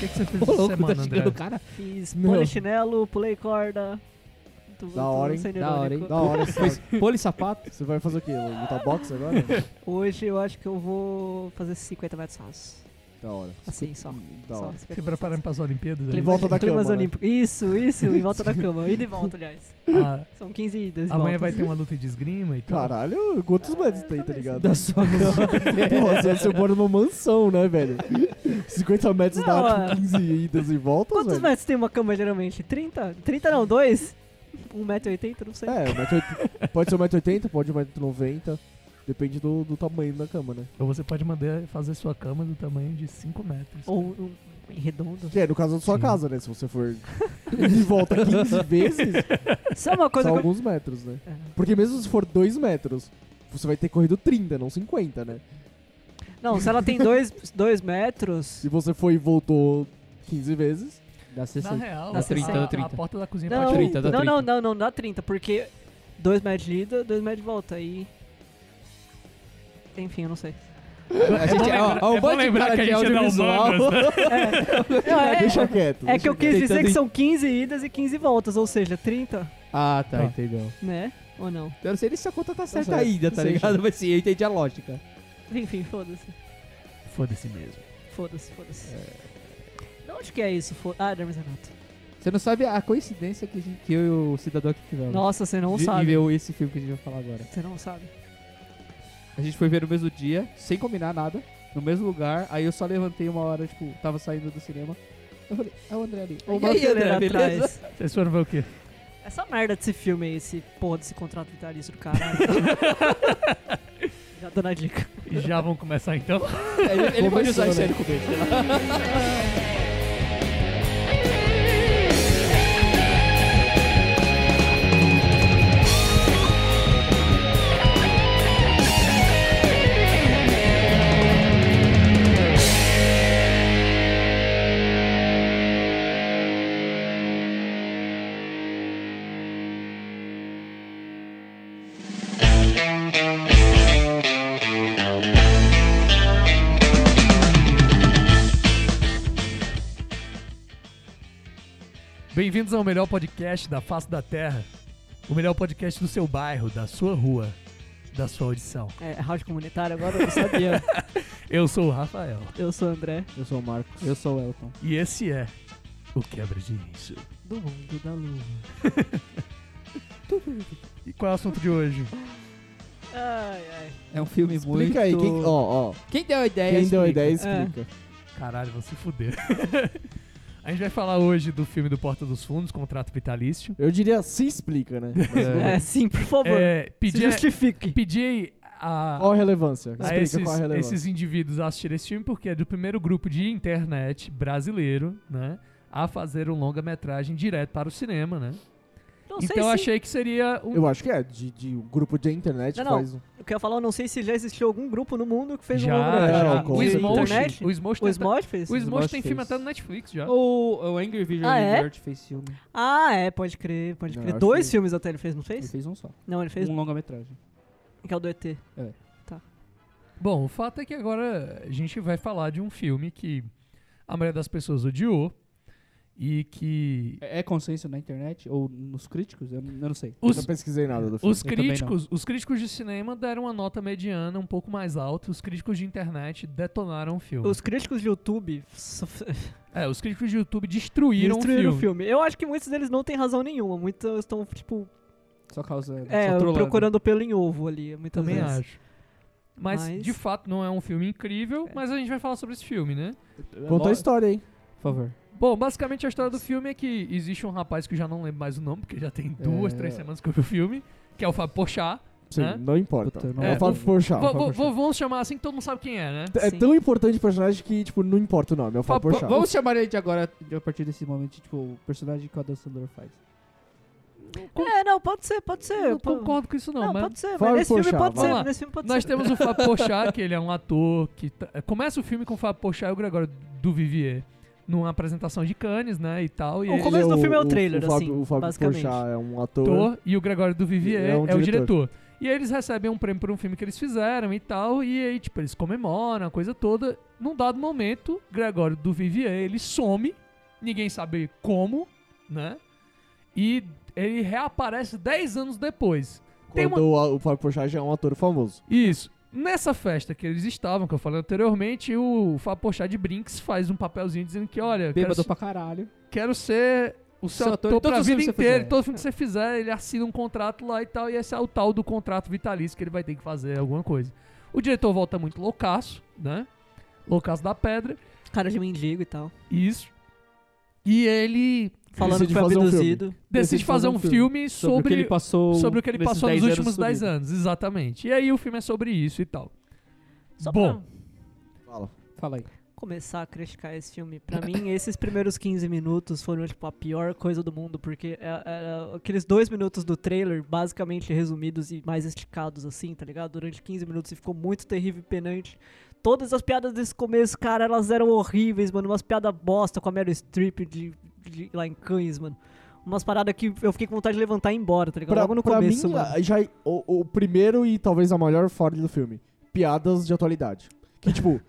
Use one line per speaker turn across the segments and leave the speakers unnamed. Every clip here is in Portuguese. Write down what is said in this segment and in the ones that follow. você fez
Ô,
essa
louco,
semana,
tá
André?
xingando o cara?
Fiz
Meu.
polichinelo, pulei corda. Tu,
Da hora, hein?
Da hora, hein?
Da hora, esse
Pois,
áudio.
pole sapato.
Você vai fazer o quê? Lutar boxe agora?
Hoje eu acho que eu vou fazer 50 metros rasos.
da hora. Hum,
Assim, só.
Da
só
hora.
50
Se
metros rasos.
preparando para as Olimpíadas. aí.
Em volta da
Climas
cama, né?
olímpicos. Isso, isso, em volta da cama. Ida e volta, aliás.
Ah,
São 15 idas e
amanhã
voltas.
vai ter uma luta de esgrima e tal.
Caralho, quantos metros tem, tá ligado?
Da sua
Porra, você, você mora numa mansão, né, velho? 50 metros
Não,
dá
é.
tipo 15 idas e voltas,
Quantos
velho.
metros tem uma cama, geralmente? 30? 30 não, Um 2? 1,80m? Não sei.
É, 1,80 pode ser 1,80m, pode ser 1,90m. Depende do, do tamanho da cama, né?
Ou você pode mandar fazer sua cama do tamanho de 5 metros.
Ou um, um redondo.
Que é no caso da sua
Sim.
casa, né? Se você for de volta 15 vezes,
Sabe uma coisa que
são
eu...
alguns metros, né?
É.
Porque mesmo se for 2 metros, você vai ter corrido 30, não 50, né?
Não, se ela tem 2 metros...
Se você foi e voltou 15 vezes,
Dá
Na
60.
real,
Dá
a-
30,
a,
dá
a
30.
porta da cozinha
Não,
pra
trinta,
dá
não, não,
trinta.
não, não dá 30, porque 2 metros de ida, 2 metros de volta. E... Enfim, eu não sei.
A gente,
bom lembrar-
ó, ó,
é
um
bom
monte de
lembrar
cara
que a
que é
gente é da
audiovisual.
humanas,
Não, é,
deixa quieto.
é que eu quis dizer
Tentando
que são 15 idas e 15 voltas, ou seja, 30,
Ah, tá,
Tá.
entendeu.
né? Ou não?
Eu não sei nem se a conta tá certa
certo.
ainda, tá
Ou seja-
ligado? Mas sim, eu entendi a lógica.
Enfim, foda-se.
Foda-se mesmo.
Foda-se, foda-se. De onde que é isso? Fo- Ah, Hermes Renato.
Você não sabe a coincidência que, a gente- que eu e o cidadão aqui tivemos.
Nossa, você não
de,
sabe.
E ver esse filme que a gente vai falar agora.
Você não sabe.
A gente foi ver no mesmo dia, sem combinar nada, no mesmo lugar. Aí eu só levantei uma hora, tipo, tava saindo do cinema. Eu falei, é o André ali. Ô,
E aí,
André,
André,
beleza?
atrás?
Vocês foram ver o quê?
Essa merda desse filme aí, esse porra desse contrato vitalício do caralho. Já dando a dica.
E já vão começar então?
Ele, ele pode
Começou,
usar isso aí
né?
no começo. sei lá.
Bem-vindos ao melhor podcast da face da terra. O melhor podcast do seu bairro, da sua rua, da sua audição.
É, rádio comunitária agora, eu não sabia.
Eu sou o Rafael
Eu sou o André,
Eu sou o Marcos.
Eu sou o Elton.
e esse é o Quebra de Isso.
do mundo da lua.
E qual é o assunto de hoje?
Ai, ai.
É um filme muito...
Explica aí,
é
quem, ó, ó,
Quem deu a ideia?
quem deu a
explica. É.
ideia explica.
Caralho, vão se fuder. A gente vai falar hoje do filme do Porta dos Fundos, Contrato Vitalício.
Eu diria se explica, né? Mas vamos
É,
lá.
sim, por favor.
É,
se
pedir,
justifique.
pedir a,
Qual a
Ah,
relevância?
a
Explica
esses,
qual é a relevância.
esses indivíduos a assistir esse filme porque é do primeiro grupo de internet brasileiro, né? A fazer um longa-metragem direto para o cinema, né?
Não sei
então eu
se...
achei que seria um.
Eu acho que é, de, de um grupo de internet
Não,
que
não.
faz um.
Eu quero falar, eu não sei se já existiu algum grupo no mundo que fez um
já,
longa-metragem.
já.
Ah, com
O
De
Smosh,
Smosh.
internet?
O Smosh,
O
tem-
Smosh fez?
o Smosh tem
fez.
filme até no Netflix já.
O, o Angry Video
Ah, é?
Nerd fez filme.
Ah, é, pode crer, pode
Não,
crer.
acho
Dois
que-
filmes até ele fez, não
Ele
fez?
fez um só.
Não, ele fez
Um longa-metragem.
que é o do ET.
Bom, o fato é que agora a gente vai falar de um filme que a maioria das pessoas odiou e que
É é consenso na internet? Ou nos críticos? Eu, eu não sei.
Eu
os,
não pesquisei nada do filme.
os
Eu também não.
críticos, os críticos de cinema deram uma nota mediana um pouco mais alta, os críticos de internet detonaram o filme.
Os críticos de YouTube so-
É, os críticos de YouTube destruíram,
destruíram
o
o
um filme.
filme. Eu acho que muitos deles não têm razão nenhuma. Muitos estão, tipo,
Só causa.
é,
só trolando.
procurando pelo em ovo ali. Muitas
Também
vezes.
acho. Mas,
Mas-
de fato não é um filme incrível, mas a gente vai falar sobre esse filme, né?
Conta a história, hein?
Por favor.
Bom, basicamente a história do filme é que existe um rapaz que eu já não lembro mais o nome, porque já tem duas,
É.
três semanas que eu vi o filme, que é o Fábio Porchat.
Sim,
Hã?
não importa.
Puta, não
é
é.
o Fábio Porchat.
Vou-
Fábio
vou-
Porchat.
vou- vamos chamar assim que todo mundo sabe quem é, né?
É
Sim.
tão importante o personagem que, tipo, não importa o nome, é o Fábio
Fa-
Porchat.
vamos chamar ele de agora, de- a partir desse momento, tipo, o personagem que o Adam Sandler faz.
Com-
É, não, pode ser, pode ser.
Eu não
po-
concordo com isso não,
Não,
mas
pode ser, mas
Fábio
nesse filme
Porchat,
pode
vamos
ser.
lá.
Nesse filme pode
nós
ser.
temos o Fábio Porchat, que ele é um ator que... tá- Começa o filme com o Fábio Porchat e o Gregório do Vivier numa apresentação de Cannes, né, e tal. E
O
ele
começo do filme é o
o
trailer,
Fábio-
assim,
O Fábio
basicamente.
Porchat é um
é o
ator.
ator e o Gregório do Vivier é,
É um
o diretor. E aí eles recebem um prêmio por um filme que eles fizeram e tal, e aí, tipo, eles comemoram a coisa toda. Num dado momento, Gregório do Vivier, ele some, ninguém sabe como, né? E ele reaparece 10 anos depois. Tem
Quando o, o Fábio Porchat já é um ator famoso.
Isso. Nessa festa que eles estavam, que eu falei anteriormente, o Fábio Porchat de Brinks faz um papelzinho dizendo que, olha, quero,
Bêbado pra caralho.
quero ser o seu
Seu ator
ator
em todos
pra
os
vida
filmes que você
inteira,
fizer.
em todo filme que você fizer, ele assina um contrato lá e tal, e esse é o tal do contrato vitalício que ele vai ter que fazer alguma coisa. O diretor volta muito loucaço, né? Loucaço da pedra,
Cara de mendigo e tal.
isso. E ele
Falando
Decide
que foi
fazer um filme.
abduzido.
decide, fazer um filme
Sobre, o que ele passou,
sobre o que ele
nesses
passou
10
nos últimos 10
sumido.
anos, exatamente. E aí o filme é sobre isso e tal.
Só
Bom.
pra
Fala.
Fala aí.
Tá começar a criticar esse filme, pra mim, esses primeiros 15 minutos foram, tipo, a pior coisa do mundo, porque é- era aqueles dois minutos do trailer, basicamente resumidos e mais esticados, assim, tá ligado? Durante 15 minutos e ficou muito terrível e penante. Todas as piadas desse começo, cara, elas eram horríveis, mano. Umas piadas bosta com a Meryl Streep de, de- lá em Cães, mano. Umas paradas que eu fiquei com vontade de levantar e ir embora, tá ligado?
Pra,
Logo no
pra
começo,
mim,
mano.
a- já, é o, o primeiro e talvez a maior falha do filme. Piadas de atualidade. Que, tipo,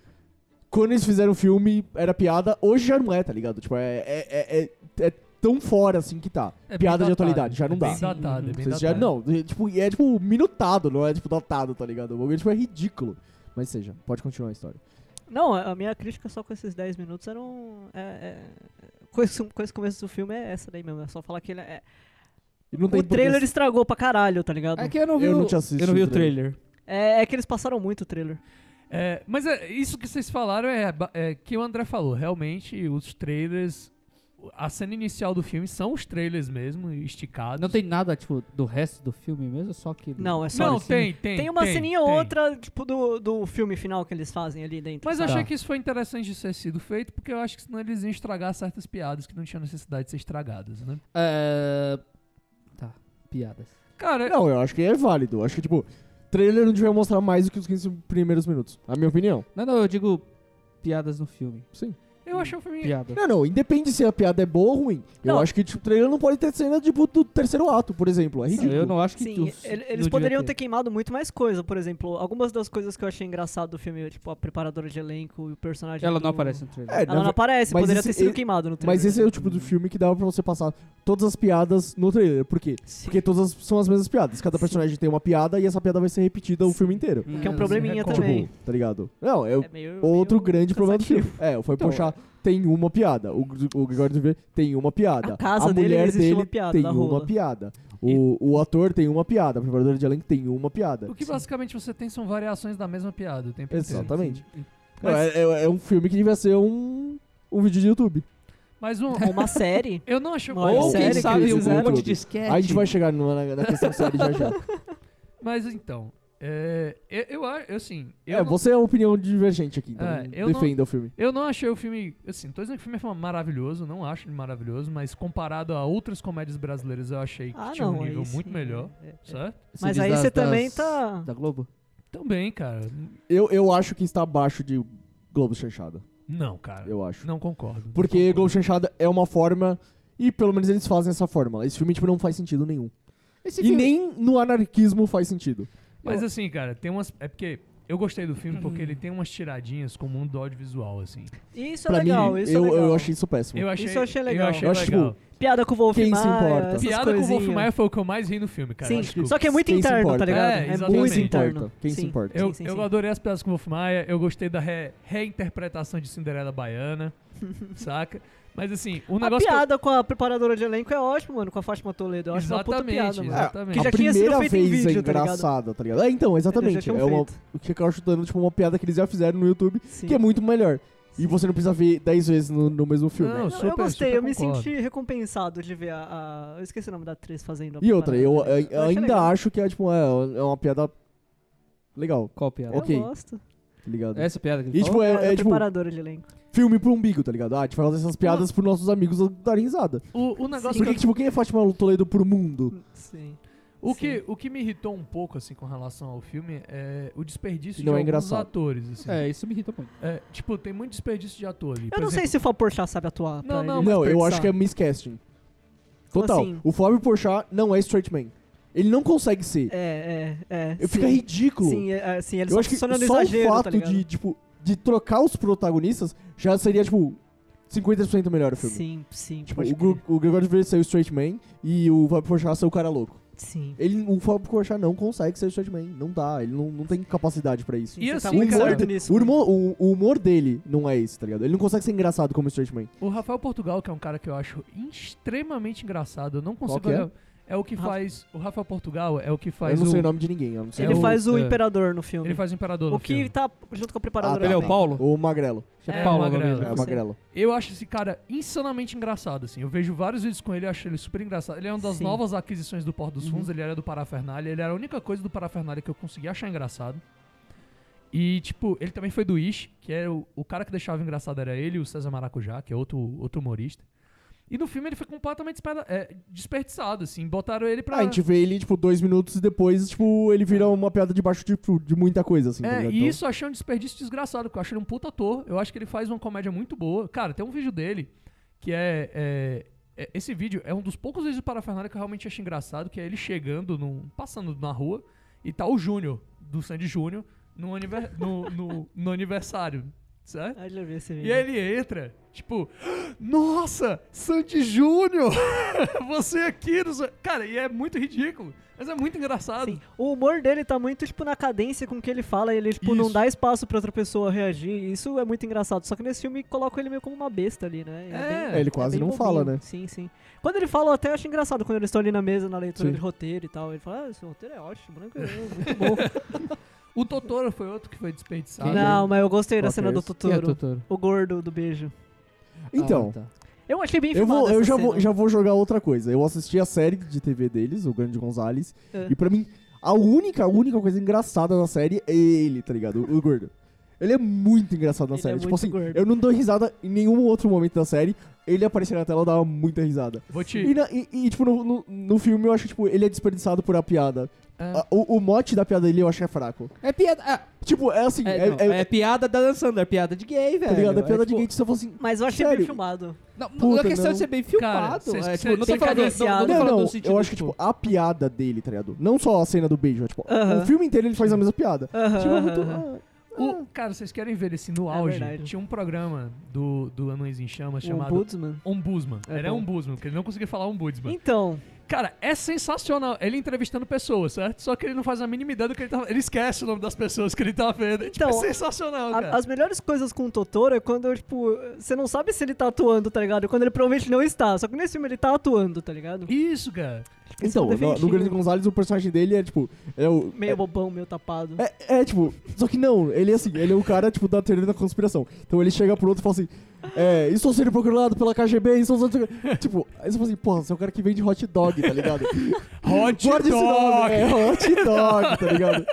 quando eles fizeram o filme, era piada, hoje já não é, tá ligado? Tipo, é, é, é, é- é tão fora assim que tá.
É bem
piada de
datado,
atualidade, já não
é
dá.
Bem datado, é bem
Vocês já,
datado.
não, é, tipo, e é tipo minutado, não é tipo datado, tá ligado? O bagulho tipo, é ridículo. Mas seja, pode continuar a história.
Não, a a minha crítica só com esses 10 minutos era um. É, é, com, esse, com esse começo do filme é essa daí mesmo. É só falar que ele é.
E não tem
O trailer estragou pra caralho, tá ligado? É
É
que,
que eu não vi,
Eu
o,
não tinha assistido
eu não vi o
o trailer.
trailer.
é, que eles passaram muito o trailer.
É, mas é, isso que vocês falaram é, ba- é que o André falou. Realmente, os trailers. A cena inicial do filme são os trailers mesmo, esticados.
Não tem nada, tipo, do resto do filme mesmo, só que...
Não, é só.
Não,
isso.
tem, tem.
tem uma
tem,
ceninha ou
tem.
outra, tipo, do, do filme final que eles fazem ali dentro.
Mas eu
sabe?
achei
Tá.
que isso foi interessante de ser sido feito, porque eu acho que senão eles iam estragar certas piadas que não tinham necessidade de ser estragadas, né?
É... Tá, piadas.
Cara,
Não, eu acho que é válido. Eu Acho que, tipo, trailer não devia mostrar mais do que os 15 primeiros minutos. Na minha opinião.
Não, não, eu digo piadas no filme.
Sim.
eu achei o filme.
Piada.
Não, não, independe se a piada é boa ou ruim. Eu
Não.
acho que tipo, o trailer não pode ter cena tipo, do terceiro ato, por exemplo. É ridículo.
Eu não acho que...
Sim,
tu-
ele-
não
eles
devia
poderiam ter. queimado muito mais coisa, por exemplo, algumas das coisas que eu achei engraçado do filme, tipo a preparadora de elenco e o personagem.
Ela
do-
não aparece no trailer.
É,
Ela
na
não
ver-
aparece,
mas
poderia
esse-
ter sido
e-
queimado no trailer.
Mas esse é o tipo do filme que dava pra você passar todas as piadas no trailer. Por quê?
Sim.
Porque todas são as mesmas piadas. Cada personagem tem uma piada e essa piada vai ser repetida o filme inteiro.
Que é um
Hum,
probleminha
recordo.
também.
Tipo, tá ligado? Não, é,
É meio-
outro
meio
grande problema do
cansativo.
filme. É, foi
Então,
puxar. Tem uma piada. O, o Gregório de Vivier tem uma piada.
A casa dele
mulher
existe
dele
uma piada,
tem
da
uma
rola.
piada. O, o ator tem uma piada. A preparadora de elenco tem uma piada.
O que basicamente você tem são variações da mesma piada o tempo inteiro.
Exatamente.
Mas-
Não, é- é, é um filme que devia ser um, um vídeo de YouTube.
Mas um.
Ou Uma série.
Eu não achei.
Olha,
Ou
sério
quem
que
sabe
eles
um
fizeram
monte
tudo?
de
É.
esquete.
Aí a gente vai chegar no- na, na questão série já já.
Mas então. É, eu, eu, a- eu, assim. Eu
É,
não-
você é uma opinião divergente aqui, então
É, eu não-
defenda o filme.
Eu não achei o filme. Assim, tô dizendo que o filme é maravilhoso, não acho ele maravilhoso, mas comparado a outras comédias brasileiras, eu achei que
Ah,
tinha
não.
um nível
aí
muito
sim,
melhor,
é, é.
certo?
Mas
diz
aí
das-
você também
das-
tá-
Da Globo?
Também, cara.
Eu, eu acho que está abaixo de Globo Chanchada.
Não, cara.
Eu acho.
Não concordo. É. não
Porque Globo
concordo.
Chanchada é uma forma. E pelo menos eles fazem essa fórmula. Esse filme, tipo, não faz sentido nenhum.
Esse
e nem no anarquismo faz sentido.
Mas assim, cara, tem umas. É porque. Eu gostei do filme
Uhum.
porque ele tem umas tiradinhas com o mundo do audiovisual, assim.
Isso é
pra
legal,
mim,
isso
eu,
é legal.
eu achei isso péssimo.
Eu achei,
Isso eu achei legal.
Eu achei
Eu acho, tipo,
legal.
Piada com o Wolf
Quem se
Maia,
importa?
essas
Piada com o Wolf
coisinhas.
Maia foi o que eu mais ri no filme, cara.
Sim,
desculpa.
só que é muito
Quem se
interno,
importa?
tá ligado?
É,
É,
exatamente. Quem
muito
se
interno.
importa? Quem se
Sim.
importa?
Eu,
sim,
eu
sim.
adorei as piadas com o Wolf Maia, eu gostei da re- reinterpretação de Cinderela Baiana, saca? Mas assim, o
A
negócio. que eu-
piada com a preparadora de elenco é ótimo, mano, com a Fátima Toledo. Eu acho uma puta
Exatamente,
piada, mano.
exatamente.
É, Que
a
já tinha sido
primeira
feito em
vez é
vídeo, tá ligado?
engraçada, tá ligado? É, então,
Eles já
exatamente.
tinham
É uma,
feito.
o que eu acho dando, tipo, uma piada que eles já fizeram no YouTube,
Sim.
que é muito melhor. E você não precisa ver 10 vezes no, no mesmo filme.
Não,
Não,
super,
eu gostei,
super
eu me
concordo.
senti recompensado de ver a, a- Eu esqueci o nome da atriz fazendo a
E outra, eu,
preparadora.
eu- eu
achei
ainda
legal.
acho que é, tipo, é, é uma piada legal,
Qual piada?
Eu
ok.
gosto.
tá ligado?
Essa piada que ele
e, tipo,
falou?
é,
É,
é,
da
tipo,
preparadora de elenco.
filme pro umbigo, tá ligado? Ah, a gente faz essas piadas pros nossos amigos darem risada.
O, o negócio que
Porque,
eu-
tipo, quem é Fátima Toledo pro mundo?
Sim.
O que, o que me irritou um pouco, assim, com relação ao filme é o desperdício
Não
de
é
alguns
engraçado.
atores, assim.
É, isso me irrita muito.
É, tipo, tem muito desperdício de ator ali.
Eu não sei se o Fábio Porchat sabe atuar. pra
Não,
ele
não,
Não, eu é
desperdiçar.
acho que é miscasting.
Como
Total.
assim?
O Fábio Porchat não é straight man. Ele não consegue ser.
É, é, é.
Fica
sim.
ridículo.
Sim, é, é, sim, eles
Eu
só
acho que só
funcionam no exagero,
o
tá
fato
ligado?
de, tipo, de trocar os protagonistas já seria, tipo, 50% melhor o filme.
Sim, sim,
Tipo,
pode
o,
crer.
Gr- o Gregório de Verde saiu Straight Man e o Fábio Porchat saiu o cara louco.
Sim.
Ele, o Fábio Porchat não consegue ser Straight Man. Não dá, ele não, não tem capacidade pra isso.
E
você
assim,
tá
o,
muito
cara,
humor
certo
de-
nisso.
o, humor, o- o humor dele não é esse, tá ligado? Ele não consegue ser engraçado como Straight Man.
O Rafael Portugal, que é um cara que eu acho extremamente engraçado, eu não consigo
que é?
olhar- É o que
Rafa-
faz. O Rafael Portugal é o que faz.
eu não sei o
o,
nome de ninguém, eu não sei
Ele
É
o
o-
nome.
faz o
é.
imperador no filme.
ele faz o Imperador
o
no
que
filme.
tá junto com o
Ah,
preparador.
Ele é o
lá.
Paulo?
O Magrelo.
Chama
É,
Paulo
o
agora.
Magrelo.
É,
Eu
o Magrelo.
Eu acho esse cara insanamente engraçado, assim. Eu vejo vários vídeos com ele, eu acho ele super engraçado. Ele é uma das
Sim.
novas aquisições do Porto dos
Uhum.
Fundos, ele era do Parafernália, ele era a única coisa do Parafernália que eu consegui achar engraçado. E, tipo, ele também foi do Ish, que era o, o cara que deixava engraçado era ele, o César Maracujá, que é outro, outro humorista. E no filme ele foi completamente desperda- é, desperdiçado, assim. Botaram ele pra.
Ah, a gente vê ele, tipo, dois minutos e depois, tipo, ele vira uma piada debaixo de, de muita coisa, assim, tá
É,
ligado?
e
Então-
isso eu achei um desperdício desgraçado, porque eu acho ele um puta ator. Eu acho que ele faz uma comédia muito boa. Cara, tem um vídeo dele que é. é- é- esse vídeo é um dos poucos vídeos do Parafernália que eu realmente acho engraçado, que é ele chegando, num, passando na rua, e tá o Júnior, do Sandy Júnior, no, aniver- no- no- no aniversário, certo?
Ah, já vi esse
E
vídeo.
aí ele entra, tipo, nossa, Sandy Júnior, você aqui, no... seu-" cara, e é muito ridículo, mas é muito engraçado.
Sim, o humor dele tá muito, tipo, na cadência com que ele fala. Ele, tipo, não
Isso.
dá espaço pra outra pessoa reagir. Isso é muito engraçado. Só que nesse filme colocam ele meio como uma besta ali, né?
É.
É, ele quase
bem
não
bobinho.
fala, né?
Sim, sim. Quando ele fala, eu até acho engraçado quando eles estão ali na mesa, na leitura
Sim.
de roteiro e tal. Ele fala, ah, esse roteiro é ótimo, branco, é muito bom.
O Totoro foi outro que foi desperdiçado.
Quem?
não, mas eu gostei da
Qual
cena
que é
do
esse?
Quem é
Totoro.
Totoro?
o gordo do beijo.
Então,
Ah, tá.
Eu achei bem
eu,
filmado
vou, eu
essa
já,
cena.
vou, já vou jogar outra coisa. Eu assisti a série de TV deles, o Grande Gonzalez,
É.
e pra mim, a única, a única coisa engraçada da série é ele, tá ligado? O, o gordo. Ele é muito engraçado na
Ele é
série. tipo
muito
assim,
gordo.
eu não dou risada em nenhum outro momento da série. Ele aparecer na tela eu dava muita risada.
Vou te...
E, na- e- e, tipo, no, no- no filme eu acho que tipo, ele é desperdiçado por a piada.
É.
A- o, o mote da piada dele eu acho que é fraco.
É piada. ah,
Tipo, é assim,
é,
é,
não,
é-
é piada da dançando, é piada de gay, velho.
tá ligado? É piada de
tipo,
gay que você fala assim.
Mas eu achei
Sério? Tipo,
bem filmado.
Não, não
Puta,
é questão
não.
de ser bem
Cara,
filmado.
cês-
é, tipo,
cês-
não tô
cês
falando, não, não
cadenciado.
tô
Não,
falando
não,
no sentido.
eu acho que, tipo, a piada dele, tá ligado? Não só a cena do beijo, é, tipo,
Aham.
o filme inteiro ele faz a mesma piada.
Aham,
Tipo, é muito.
Tá
aham.
ah,
O, cara, vocês querem ver esse no
É
auge?
verdade.
Tinha um programa do, do Anões em Chamas
O
chamado
Ombudsman.
Ombudsman.
É
Era
bom.
Ombudsman, porque ele não conseguia falar Ombudsman.
Então,
Cara, é sensacional. Ele entrevistando pessoas, certo? Só que ele não faz a mínima ideia do que ele tava... Ele esquece o nome das pessoas que ele tá vendo. Tipo,
Então,
é sensacional,
A-
cara.
as melhores coisas com o Totoro é quando, tipo, você não sabe se ele tá atuando, tá ligado? Quando ele provavelmente não está. Só que nesse filme ele tá atuando, tá ligado?
Isso, cara.
Então,
Esse é um
no, no Grande
defeitinho
Gonzalez, o personagem dele é, tipo. É o,
Meio bobão, meio tapado.
É, é, tipo, só que não, ele é assim, ele é o cara, tipo, da teoria da conspiração. Então ele chega pro outro e fala assim, é, estou sendo procurado pela KGB, estou sendo... Tipo, aí você fala assim, porra, você é o cara que vende hot dog, tá ligado?
Hot
Guarda esse nome,
Dog.
é hot dog, tá ligado?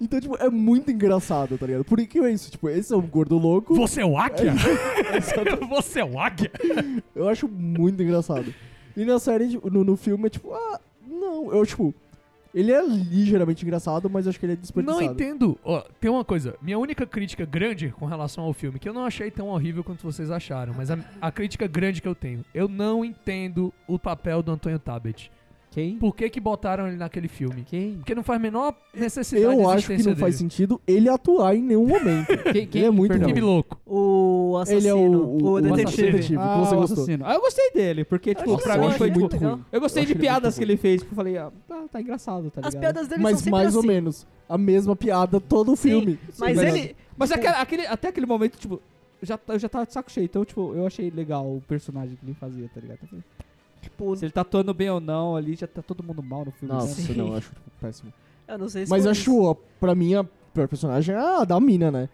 Então, tipo, é muito engraçado, tá ligado? Por que é isso? Tipo, esse é um gordo louco,
Você é o Águia? Você é o Águia?
eu acho muito engraçado. E na série, tipo, no, no filme, é tipo, ah, não, eu, tipo... Ele é ligeiramente engraçado, mas eu acho que ele é
Não
desperdiçado.
entendo. Ó, tem uma coisa. Minha única crítica grande com relação ao filme, que eu não achei tão horrível quanto vocês acharam, mas a, a crítica grande que eu tenho, eu não entendo o papel do Antônio Tabet.
Quem?
Por que que botaram ele naquele filme?
Quem?
Porque não faz a menor necessidade de
Eu acho que não
existência
faz
dele.
sentido ele atuar em nenhum momento.
Quem?
Ele é muito
Que
bom.
louco.
O assassino.
Ele é o- o- o
detetive.
assassino. Tipo, que você
o
gostou.
assassino. Ah, eu gostei dele, porque, tipo,
Nossa,
pra
eu
mim
achei
foi
muito
tipo,
ruim.
Eu gostei
Eu
de
achei ele
piadas
muito
que ele fez, tipo, eu falei, ah, tá, tá engraçado, tá ligado?
As piadas dele são
Mas
sempre
mais ou
assim.
menos. A mesma piada todo o
Sim,
filme.
Mas
Sim,
ele.
Mas aquela- aquele- até aquele momento, tipo, já, tá- eu já tava de saco cheio, então, tipo, eu achei legal o personagem que ele fazia, tá ligado?
Tipo,
Se ele tá atuando bem ou não ali, já tá todo mundo mal no filme.
Nossa,
né?
Sim.
não, eu acho péssimo.
eu não sei se.
Mas
foi
acho, ó, pra mim, a pior personagem é a da mina, né?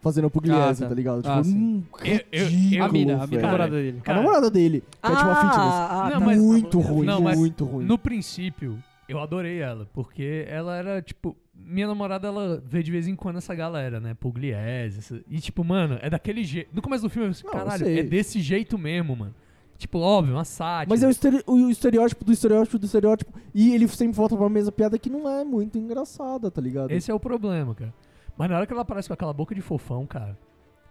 Fazendo o Pugliese,
Ah, tá.
tá ligado?
Ah,
Tipo,
sim.
hum,
Eu- eu-
ridículo,
A mina, a
velho.
mina
Cara,
namorada dele.
A
Cara,
namorada dele, que é tipo a fitness.
Ah, ah,
Não,
tá.
mas-
muito ruim,
Não, mas
muito ruim.
No princípio, eu adorei ela, porque ela era, tipo... Minha namorada, ela vê de vez em quando essa galera, né? Pugliese. essa- E, tipo, mano, é daquele jeito... No começo do filme, eu
Não,
falei,
eu
caralho,
sei.
é desse jeito mesmo, mano. Tipo, óbvio, uma sátira.
Mas é o, estere- o estereótipo do estereótipo do estereótipo. E ele sempre volta pra mesma piada que não é muito engraçada, tá ligado?
Esse é o problema, cara. Mas na hora que ela aparece com aquela boca de fofão, cara...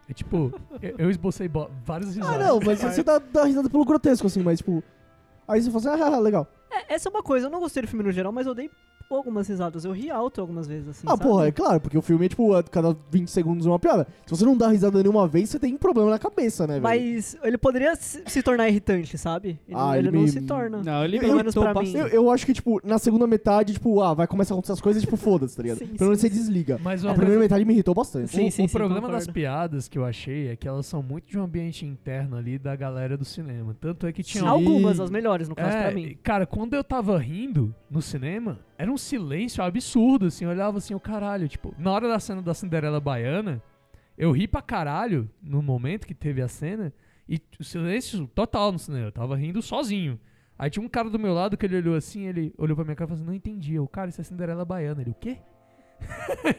É tipo... eu, eu esbocei bo- várias
é
Ah,
risadas.
não, mas você dá, dá risada pelo grotesco, assim, mas tipo. Aí você fala assim, ah, legal.
É, essa é uma coisa, eu não gostei do filme no geral, mas eu dei algumas risadas. Eu ri alto algumas vezes, assim.
Ah,
sabe?
porra, é claro, porque o filme é tipo, a cada 20 segundos é uma piada. Se você não dá risada nenhuma vez, você tem um problema na cabeça, né, velho?
Mas ele poderia se se tornar irritante, sabe? Ele,
Ah,
ele
ele
não
me-
se torna.
Não, ele
Pelo menos pra mim.
Eu, eu acho que, tipo, na segunda metade, tipo, ah, vai começar a acontecer as coisas, tipo, foda-se, tá ligado?
Sim,
Pelo menos
sim,
você desliga.
Mas
A
uma
primeira metade me irritou bastante.
Sim,
o,
sim,
o
sim,
problema
concordo.
das piadas que eu achei é que elas são muito de um ambiente interno ali da galera do cinema. Tanto é que tinha
Sim.
Algumas, as melhores, no caso,
É,
pra mim.
Cara, quando eu tava rindo no cinema, era um silêncio absurdo, assim. Eu olhava assim, o caralho, tipo, na hora da cena da Cinderela Baiana, eu ri pra caralho no momento que teve a cena, e o silêncio total no cinema. Eu tava rindo sozinho. Aí tinha um cara do meu lado que ele olhou assim, ele olhou pra minha cara e falou assim: não entendi. Eu, cara, isso é Cinderela Baiana. Ele, o quê?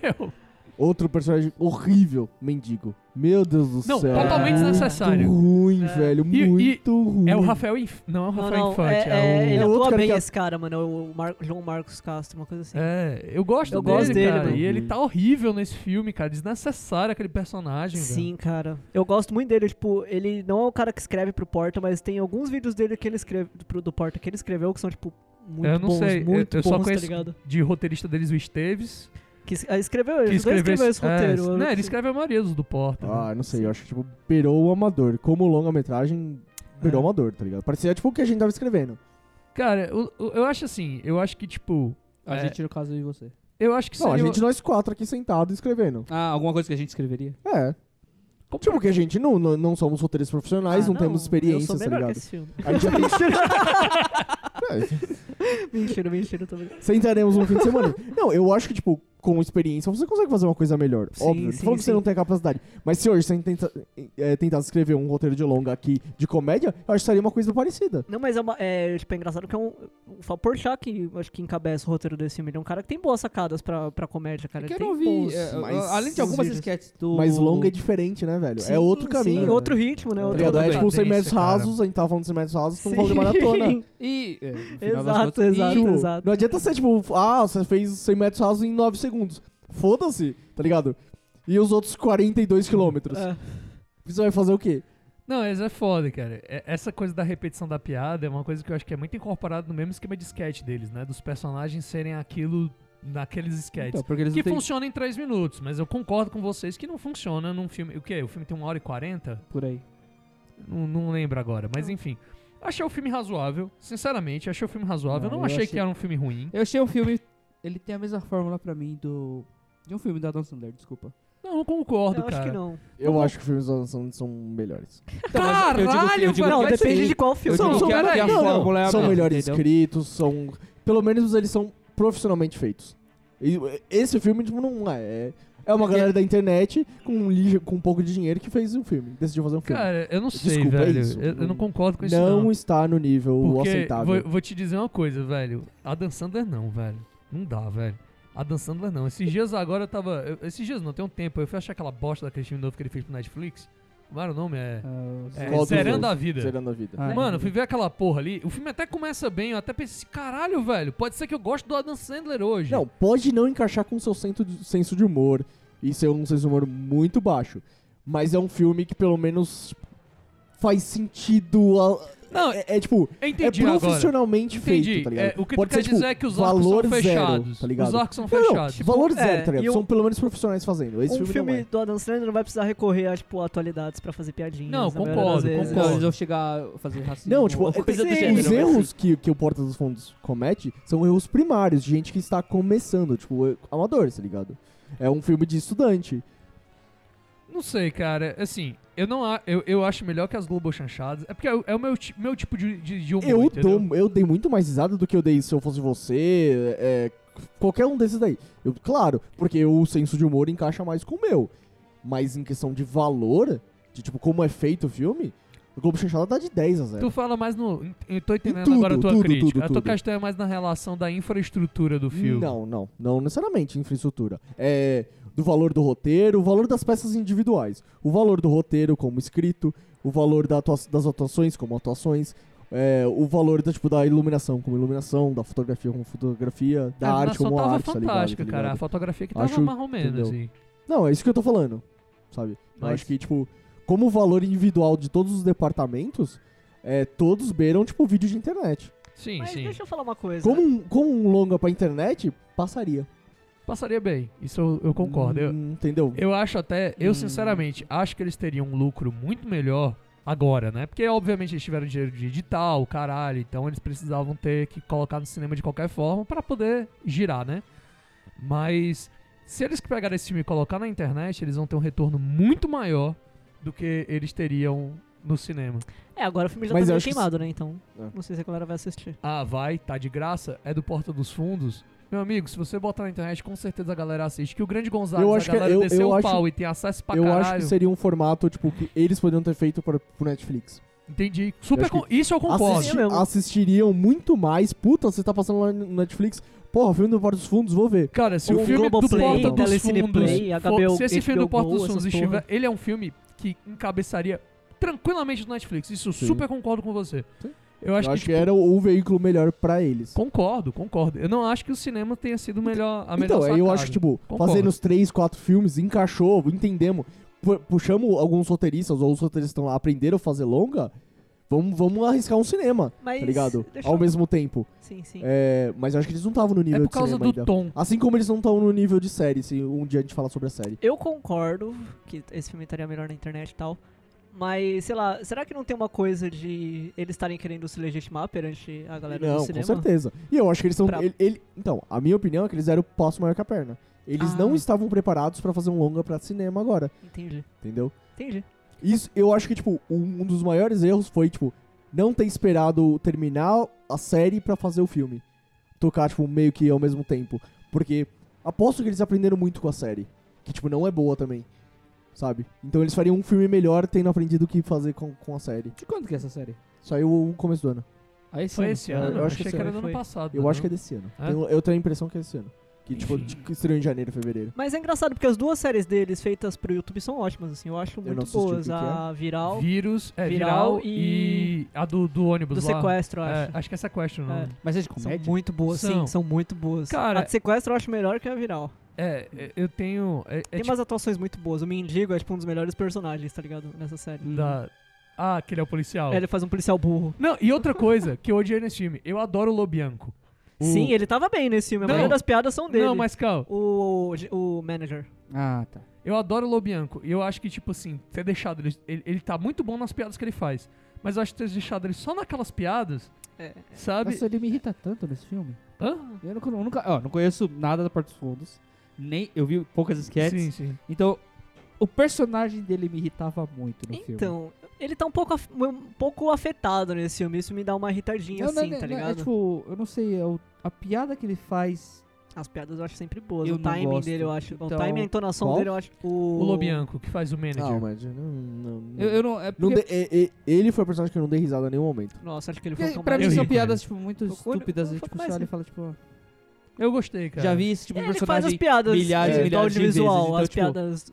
Eu,
Outro personagem horrível, mendigo. Meu Deus do
Não,
céu.
totalmente
muito
desnecessário.
ruim,
É.
velho.
E- e
muito ruim.
é o Rafael Inf... Não é o
Não,
Rafael
não,
Infante.
é, é,
o...
ele
É outro
atua
cara
bem
que é-
esse cara, mano. é O Mar- João Marcos Castro, uma coisa assim.
É, eu gosto
Eu
dele,
gosto dele,
cara.
mano.
E
Uhum.
ele tá horrível nesse filme, cara. Desnecessário aquele personagem, velho.
Sim, cara. Eu gosto muito dele. Tipo, ele não é o cara que escreve pro Porta, mas tem alguns vídeos dele que ele escreve pro, do Porta que ele escreveu que são, tipo, muito
Eu não
bons,
sei, eu-
muito
eu
bons,
só conheço-
tá ligado?
de roteirista deles, o Esteves.
Que es- ah, escreveu,
Que
ele escreveu,
escreveu
esse roteiro.
É,
eu-
né, ele escreve a maioria dos do Porta. né?
Ah, não sei, eu acho que, tipo, perou o amador. Como longa-metragem, perou o amador, tá ligado? Parecia, tipo, o que a gente tava escrevendo.
Cara, eu, eu- eu acho assim, eu acho que, tipo.
A
É.
gente, no caso, eu e você.
Eu acho que
Não,
seria.
a gente, nós quatro aqui sentados escrevendo.
Ah, alguma coisa que a gente escreveria?
É.
Como-
Tipo, que a gente não, não, não somos roteiristas profissionais,
Ah,
não, temos experiência,
eu sou
tá
melhor
ligado?
Que esse filme.
A gente já tem
mentira, mentira, eu tô brincando.
Sentaremos um fim de semana. Não, eu acho que, tipo, com experiência você consegue fazer uma coisa melhor.
Sim,
Óbvio, não
sim,
falando que você
sim.
não tem a capacidade. Mas se hoje você tenta, eh, tentasse escrever um roteiro de longa aqui de comédia, eu acho que seria uma coisa parecida.
Não, mas é, uma, é, tipo, é engraçado que é um. O Fábio Porchat, que eu acho que encabeça o roteiro desse filme, ele é um cara que tem boas sacadas pra, pra comédia, cara. Ele
Porque eu
tem
não vi.
bons-
é,
mas-
além de algumas
vídeos.
sketches do.
Mas longa é diferente, né, velho? é
Sim,
outro caminho.
Sim,
né?
outro ritmo, né?
Tá
Outro
ligado? É
outra
tipo 100
cadência,
metros
cara.
rasos, a gente tava falando de 100 metros rasos, estamos falando de
Sim.
maratona.
E. é, no final das
Exato,
contas-
exato,
Tipo,
exato.
Não adianta ser tipo, ah, você fez 100 metros rasos em 9 segundos. Foda-se, tá ligado? E os outros 42 quilômetros?
É.
Você vai fazer o quê?
Não, mas é foda, cara. É- Essa coisa da repetição da piada é uma coisa que eu acho que é muito incorporada no mesmo esquema de sketch deles, né? Dos personagens serem aquilo naqueles sketches.
Então, porque eles
que
não têm.
funciona em 3 minutos, mas eu concordo com vocês que não funciona num filme. O quê? O filme tem 1 hora e 40?
Por aí.
Não, não lembro agora, mas enfim. Achei o filme razoável, sinceramente, achei o filme razoável.
Não,
Não,
eu
achei, que
achei-
era um filme ruim.
Eu achei um filme. Ele tem a mesma fórmula pra mim do. De um filme da Adam Sandler, desculpa.
Não, não concordo,
Eu
cara.
acho que não.
Eu acho que filmes são, são melhores.
Então, mas eu digo que- eu
Caralho,
digo
velho,
Não,
que-
mas
depende
sim.
de qual filme.
Eu digo
Não,
que a-
peraí.
que a
Não, não,
fórmula é a
são
mesma,
melhor
entendeu?
escritos, são. Pelo menos eles são profissionalmente feitos. E esse filme, tipo, não é. é- É uma galera da internet com um, lixo, com um pouco de dinheiro que fez um filme. Decidiu fazer um filme.
Cara, eu não sei,
Desculpa, é
velho.
isso.
Eu, eu não concordo com isso,
não,
não.
está no nível
Porque
aceitável.
vou, vou te dizer uma coisa, velho. A Dan Sandler não, velho. Não dá, velho. A Dan Sandler não. Esses dias agora eu tava. eu- esses dias não, tem um tempo. Eu fui achar aquela bosta daquele filme novo que ele fez pro Netflix. Como era o nome? É.
Ah,
é
Qual dos
Zerando
dois?
a Vida.
Zerando a vida.
Ah,
Mano, eu fui ver aquela porra ali. O filme até começa bem. Eu até pensei assim, caralho, velho. Pode ser que eu goste do Adam Sandler hoje.
Não, pode não encaixar com o seu senso de, senso de humor. E ser um senso de humor muito baixo. Mas é um filme que pelo menos faz sentido. a-
Não,
é, é tipo,
eu entendi
é
agora.
profissionalmente
Entendi.
feito, tá ligado?
É, o que
Pode
tu quer
ser,
dizer
tipo,
é que os arcos são
valor zero,
fechados.
tá ligado?
Os arcos são
Não,
fechados. Tipo,
não, valor zero,
é,
tá ligado?
e o-
São pelo menos profissionais fazendo. Esse
um filme,
filme, é.
do Adam Sandler não vai precisar recorrer a, tipo, atualidades pra fazer piadinhas.
Não,
na maioria
concordo,
das vezes.
concordo.
Então, eles vão chegar a fazer racismo.
não é. Não, tipo,
ou
é-
coisa do
os
sim,
gênero. né? mas
erros que, que o Porta dos Fundos comete são erros primários de gente que está começando, tipo, é- amadores, tá ligado? É um filme de estudante.
Não sei, cara. Assim, eu não a- eu, eu acho melhor que as Globo chanchadas. É porque é, o- é o meu, ti- meu tipo de, de, de humor,
Eu,
entendeu?
dou, eu dei muito mais risada do que eu dei se eu fosse você, é, qualquer um desses daí. Eu, claro, porque o senso de humor encaixa mais com o meu. Mas em questão de valor, de tipo, como é feito o filme, o Globo Chanchada dá de 10 a 0.
Tu fala mais no. em- Eu tô entendendo
tudo,
agora a tua
tudo,
crítica.
tudo,
a tua
tudo.
questão é mais na relação da infraestrutura do filme.
Não, não. Não necessariamente infraestrutura. É do valor do roteiro, o valor das peças individuais. O valor do roteiro como escrito, o valor da atua- das atuações como atuações, é, o valor da, tipo, da iluminação como iluminação, da fotografia como fotografia, da
a
arte
animação
como
É, tava
arte, tá ligado?
fantástica,
Tá
cara. A
ligado?
fotografia que tava
Acho-
mais ou menos,
entendeu?
assim.
Não, é isso que eu tô falando, sabe? Eu
Mas-
acho que, tipo, como o valor individual de todos os departamentos, é, todos beiram, tipo, vídeo de internet.
Sim,
Mas
sim.
deixa eu falar uma coisa.
Como um, como um longa pra internet, passaria.
Passaria bem. Isso eu, eu concordo. Eu,
Hum, entendeu?
eu acho até, eu
Hum.
sinceramente acho que eles teriam um lucro muito melhor agora, né? Porque obviamente eles tiveram dinheiro de edital, caralho, então eles precisavam ter que colocar no cinema de qualquer forma pra poder girar, né? Mas se eles pegarem esse filme e colocar na internet, eles vão ter um retorno muito maior do que eles teriam no cinema.
É, agora o filme já
Mas
tá
eu
meio
acho que
queimado, né? Então,
É.
não sei se a galera vai assistir.
Ah, vai, tá de graça, é do Porta dos Fundos. Meu amigo, se você botar na internet, com certeza a galera assiste. Que o Grande Gonzalez,
Eu acho
a
que- é-
galera
eu-
desceu
eu
o
acho-
pau e tem acesso pra
eu
caralho.
acho que seria um formato, tipo, que eles poderiam ter feito pra, pro Netflix.
Entendi. Super
acho que-
con- Isso eu concordo.
Assisti-
É mesmo.
assistiriam muito mais. Puta, você tá passando lá no Netflix. Porra, filme do Porto dos Fundos, vou ver.
Cara, se o,
O
filme do
Globoplay,
Porta dos
Telecine
Fundos.
Play,
for-
HBO,
se esse filme do
HBO
Porta dos
essas
Fundos
porra.
estiver. Ele é um filme que encabeçaria tranquilamente no Netflix. Isso eu
Sim.
super concordo com você.
Sim.
Eu acho
eu
que. tipo,
acho que é- era o, o veículo melhor pra eles.
Concordo, concordo. Eu não acho que o cinema tenha sido melhor, a melhor
então, aí eu
sacada.
acho que, tipo,
Concordo.
fazendo os três, quatro filmes, encaixou, entendemos. Pu- Puxamos alguns roteiristas, ou os roteiristas estão lá, aprenderam a fazer longa. Vamos, vamos arriscar um cinema,
Mas.
tá ligado?
É deixa
Ao
eu-
mesmo tempo.
Sim, sim.
É, mas eu acho que eles não estavam no
É
nível
por
de
causa
cinema
do
ainda.
tom.
Assim como eles não estão no nível de série, se um dia a gente falar sobre a série.
Eu concordo que esse filme estaria melhor na internet e tal. Mas, sei lá, será que não tem uma coisa de eles estarem querendo se legitimar perante a galera
não,
do
com
cinema?
certeza. E eu acho que eles estão.
Pra-
Ele, ele- então, a minha opinião é que eles deram o passo maior que a perna. Eles
Ah.
não estavam preparados pra fazer um longa pra cinema agora,
Entendi.
entendeu?
Entendi.
Isso, eu acho que, tipo, um, um dos maiores erros foi, tipo, não ter esperado terminar a série pra fazer o filme. Tocar, tipo, meio que ao mesmo tempo. Porque aposto que eles aprenderam muito com a série. Que, tipo, não é boa também. Sabe? Então eles fariam um filme melhor tendo aprendido o que fazer com, com a série.
De quando que é essa série?
Saiu o começo do ano.
Aí
Foi esse
eu
ano. Eu
acho que
achei que,
sim,
era do
foi.
ano passado.
Eu
né?
acho que é desse ano.
É?
Tenho- eu tenho a impressão que é desse ano. Que, tipo,
Enfim.
de- estreou em janeiro, fevereiro.
Mas é engraçado porque as duas séries deles feitas pro YouTube são ótimas, assim. Eu acho
não
muito
assisti, o
boas.
que que
a Viral
Vírus, é,
Viral
viral, e... a do, do ônibus
do
lá.
Sequestro, eu
É,
acho.
acho que é sequestro, não.
É.
Mas é de
São
comédia?
muito boas, sim,
São.
são muito boas.
Cara-
a de sequestro eu acho melhor que a viral.
É, é, eu tenho. É, é
Tem
tipo
umas atuações muito boas. O Mendigo é tipo um dos melhores personagens, tá ligado? Nessa série.
da- Ah, aquele é o policial.
É, Ele faz um policial burro.
Não, e outra coisa que eu odiei nesse filme, eu adoro o Lobianco. O-
Sim, ele é um tava bem nesse filme. A
Não.
maioria das piadas são dele.
Não, mas calma,
O, o manager.
Ah, tá.
eu adoro o Lobianco. E eu acho que, tipo assim, ter deixado ele, ele. Ele tá muito bom nas piadas que ele faz. Mas eu acho que ter deixado ele só naquelas piadas,
É.
sabe?
Nossa, ele me irrita tanto nesse filme.
Hã?
Eu nunca, eu nunca- ó, não conheço nada da Porta dos Fundos. Nem, eu vi poucas sketches.
Sim, sim.
Então, o personagem dele me irritava muito no filme.
Então, ele tá um pouco, af- um pouco afetado nesse filme. Isso me dá uma irritadinha,
Eu não-
assim,
não-
tá
não-
ligado?
É tipo, eu não sei, é o- a piada que ele faz.
As piadas eu acho sempre boas.
Eu
o
não
timing
gosto.
dele eu acho. O
Então,
timing e a entonação
qual?
dele eu acho. O,
O Lobianco, que faz o manager.
Não, mas não. não, não.
Eu, eu não. É porque,
Não dei- e- e- ele foi o personagem que eu não dei risada em nenhum momento.
Nossa, acho que ele foi o
porque
tão
pra
mais-
mim são
ri.
piadas, tipo, muito
é Eu- eu-
estúpidas.
eu-
e,
eu-
tipo,
eu-
você olha e fala, tipo,
Eu gostei, cara.
já vi esse tipo de
Ele faz as
personagem
piadas
milhares
e
do
milhares de
audiovisual,
vezes, então,
as
tipo-
piadas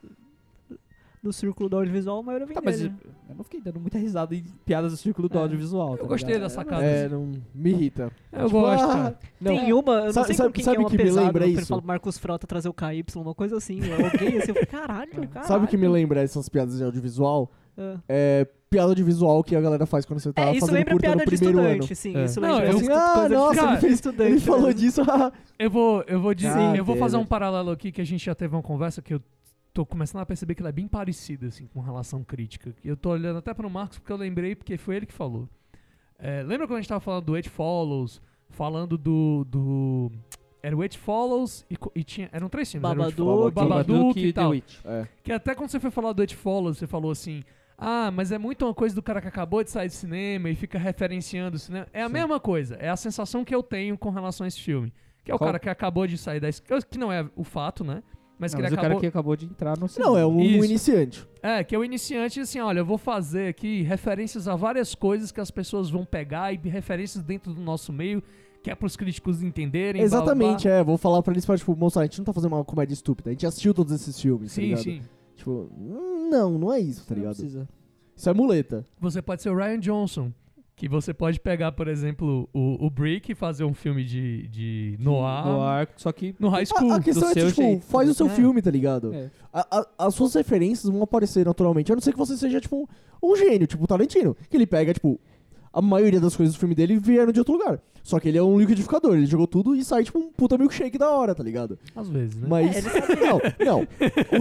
do círculo do audiovisual, a maioria vem
Tá, mas
dele.
eu eu não fiquei dando muita risada em piadas do círculo do
É.
audiovisual. tá
Eu gostei
ligado?
dessa sacada.
É, não. Me irrita.
Eu
Tipo,
gosto,
ah,
cara.
Não,
Tem uma, eu não
Sabe-
sei
sabe-
com quem
sabe
que é uma
que me
pesada,
lembra
eu
isso?
falo Marcos Frota trazer o KY, uma coisa assim, ou alguém assim, eu falo, caralho, caralho.
sabe o que me lembra essas piadas de audiovisual?
É.
É piada de visual que a galera faz quando você tá
É, isso
fazendo
lembra
curta
piada
no
de
primeiro
estudante,
ano.
sim,
É.
isso
Não,
lembra
eu-
assim,
Ah,
coisa de
nossa,
cara,
ele, fez,
estudante,
ele falou
né?
disso. ah.
Eu vou, eu vou dizer,
Ah,
eu vou
Deus.
fazer um paralelo aqui que a gente já teve uma conversa que eu tô começando a perceber que ela é bem parecida assim com relação crítica. E Eu tô olhando até pro Marcos porque eu lembrei porque foi ele que falou. É, lembra quando a gente tava falando do It Follows, falando do, do era o It Follows e, co- e tinha eram três filmes, era o It
Babadook.
Babadook,
Babadook
e
e The
tal.
Witch.
É.
Que até quando você foi falar do It Follows, você falou assim: Ah, mas é muito uma coisa do cara que acabou de sair do cinema e fica referenciando o cinema. É a
Sim.
mesma coisa, é a sensação que eu tenho com relação a esse filme. Que é o
Qual-
cara que acabou de sair da es- Que não é o fato, né? Mas
Não,
que
mas
ele
o cara
acabou.
que acabou de entrar no cinema.
Não, é um, um
Isso.
iniciante.
É, que é o iniciante, assim, olha, eu vou fazer aqui referências a várias coisas que as pessoas vão pegar e referências dentro do nosso meio, que é pros críticos entenderem. blá, blá, blá.
Exatamente, é. Vou falar pra eles pra, tipo, mostrar, a gente não tá fazendo uma comédia estúpida. A gente assistiu todos esses filmes,
Sim,
tá ligado?
sim.
Tipo, não, não é isso, tá
Não
ligado?
precisa.
Isso é muleta.
Você pode ser o Ryan Johnson, que você pode pegar, por exemplo, o, o Brick e fazer um filme de, de noir,
No ar, só que.
no high school.
A, a questão
do
é,
seu
tipo,
jeito.
faz o seu
É.
filme, tá ligado?
É.
A- a- as suas um referências vão aparecer naturalmente. A não ser que você seja, tipo, um gênio, tipo o Tarantino. Que ele pega, tipo, a maioria das coisas do filme dele vieram de outro lugar. Só que ele é um liquidificador, ele jogou tudo e sai tipo um puta milkshake da hora, tá ligado?
Às vezes, né?
Mas. não, não.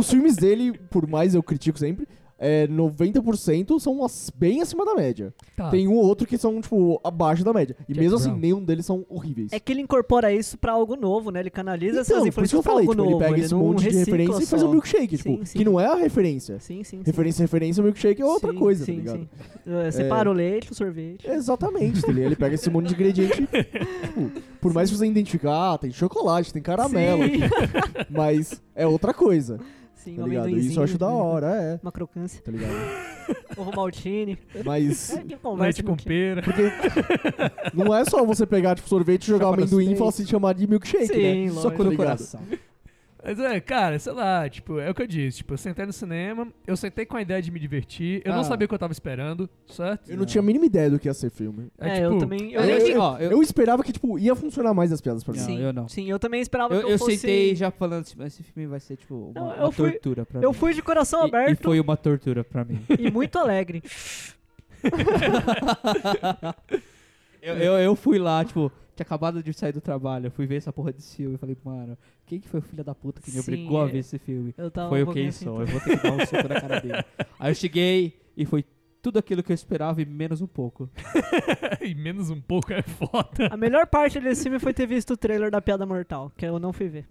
Os filmes dele, por mais eu critico sempre, é, 90% são as- bem acima da média.
Tá.
Tem um ou outro que são, tipo, abaixo da média. E
Jack
mesmo assim,
Brown.
nenhum deles são horríveis.
É que ele incorpora isso pra algo novo, né? Ele canaliza
Então,
essas
por isso
influências
que eu
pra
falei,
algo
tipo, ele
novo.
pega esse
não
monte de
recicla
referência e faz
só.
um milkshake, tipo,
Sim, sim.
que não é a referência.
Sim, sim, sim.
Referência, referência, milkshake é outra
Sim,
coisa,
sim,
tá ligado?
sim. É, Separa o leite, o sorvete.
Exatamente, tá ligado? Ele pega esse monte de ingrediente, tipo, por mais que você identificar, tem chocolate, tem caramelo,
Sim,
mas é outra coisa,
sim
tá
um
ligado?
amendoinzinho.
Isso eu acho da hora, é,
Uma crocância.
tá ligado?
Ovo maltine.
Mas,
É, que conversa
Leite com
que-
pera.
porque não é só você pegar, tipo, sorvete, jogar
Chocolate
amendoim e
steak.
falar assim, chamar de milkshake, né?
Sim,
Só
lógico.
com o
ligado?
coração.
Mas é, cara, sei lá, tipo, é o que eu disse. Tipo, eu sentei no cinema, eu sentei com a ideia de me divertir, eu
Ah.
não sabia o que eu tava esperando, certo? tipo,
Eu não tinha a mínima ideia do que ia ser filme.
É, eu também. Eu,
Eu,
nem-
eu, ó, eu,
Eu esperava que, tipo, ia funcionar mais as piadas pra mim.
Não,
sim,
eu não.
Sim, eu também esperava
eu-
que eu,
eu
fosse.
sentei já falando, tipo, esse filme vai ser, tipo, uma,
Não,
uma
eu fui-
tortura pra
Eu
mim.
fui de coração
E- E,
aberto e,
foi uma tortura pra mim.
muito alegre.
eu, eu, eu fui lá, tipo, tinha acabado de sair do trabalho, eu fui ver essa porra desse filme e falei, mano, quem que foi o filho da puta que me
Sim,
obrigou a
é.
ver esse filme?
Eu tava
foi
um
o
pouquinho
Kenson,
assim,
eu vou ter que dar um soco na cara dele. Aí eu cheguei e foi tudo aquilo que eu esperava e menos um pouco.
e menos um pouco é foda.
A melhor parte desse filme foi ter visto o trailer da Piada Mortal, que eu não fui ver.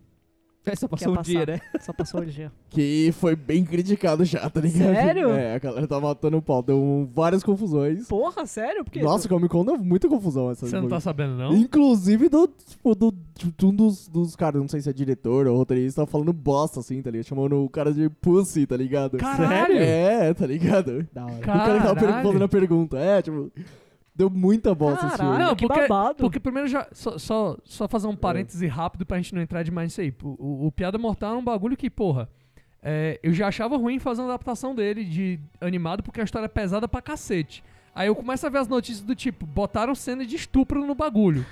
Essa
Que ia
passou um dia,
passar.
né?
Só passou hoje. dia.
Que foi bem criticado já, tá ligado?
Sério?
É, a galera tá matando o pau. Deu várias confusões.
Porra, sério? Por que
Nossa,
isso?
Comic Con deu muita confusão essa
Você não tá sabendo, não?
Inclusive do, tipo, do, de um dos, dos caras, não sei se é diretor ou roteirista, falando bosta, assim, tá ligado? Chamando o cara de pussy, tá ligado?
Caralho!
É, tá ligado?
Da hora.
O cara que tava per-
Caralho.
fazendo a pergunta. É, tipo, deu muita bosta esse filme.
Caralho,
Não,
que
porque-
babado.
Porque primeiro já. Só, só, só fazer
É.
um parêntese rápido pra gente não entrar demais nisso aí. O, o- o Piada Mortal é um bagulho que, porra. é, eu já achava ruim fazer uma adaptação dele de animado porque a história é pesada pra cacete. Aí eu começo a ver as notícias do tipo, botaram cena de estupro no bagulho.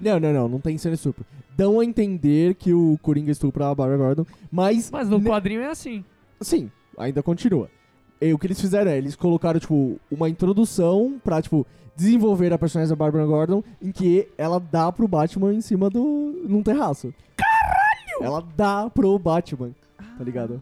Não, não, não, não tem cena estupro. Dão a entender que o Coringa estupra a Barbara Gordon, mas...
Mas no
ne-
quadrinho é assim.
Sim, ainda continua. E o que eles fizeram é, eles colocaram, tipo, uma introdução pra, tipo, desenvolver a personagem da Barbara Gordon, em que ela dá pro Batman em cima do... num terraço. Caralho! Ela dá pro Batman, tá ligado?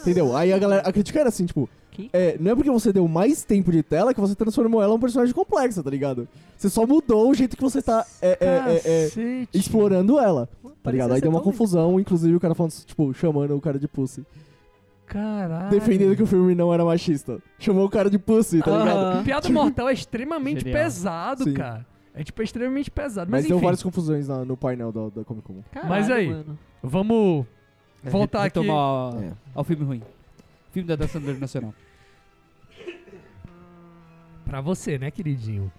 Entendeu? Aí a galera, a crítica era assim, tipo,
Que?
é, não é porque você deu mais tempo de tela que você transformou ela em um personagem complexo, tá ligado? Você só mudou o jeito que você tá... é, é, é, é,
Cacete.
Explorando ela, tá ligado? Aí
Parecia
deu uma
ser tão
confusão, inclusive o cara falando, tipo, chamando o cara de pussy
Caralho.
defendendo que o filme não era machista. Chamou o cara de pussy, tá
Aham.
ligado?
Piada Mortal é extremamente
Genial.
pesado,
Sim.
cara. É tipo extremamente pesado.
Mas
Mas,
deu
enfim,
várias confusões na- no painel da, da Comic Con.
Caralho,
Mas aí,
mano.
vamos voltar aqui.
Retomar ao,
É.
ao filme ruim. Filme da dança internacional.
pra você, né, queridinho?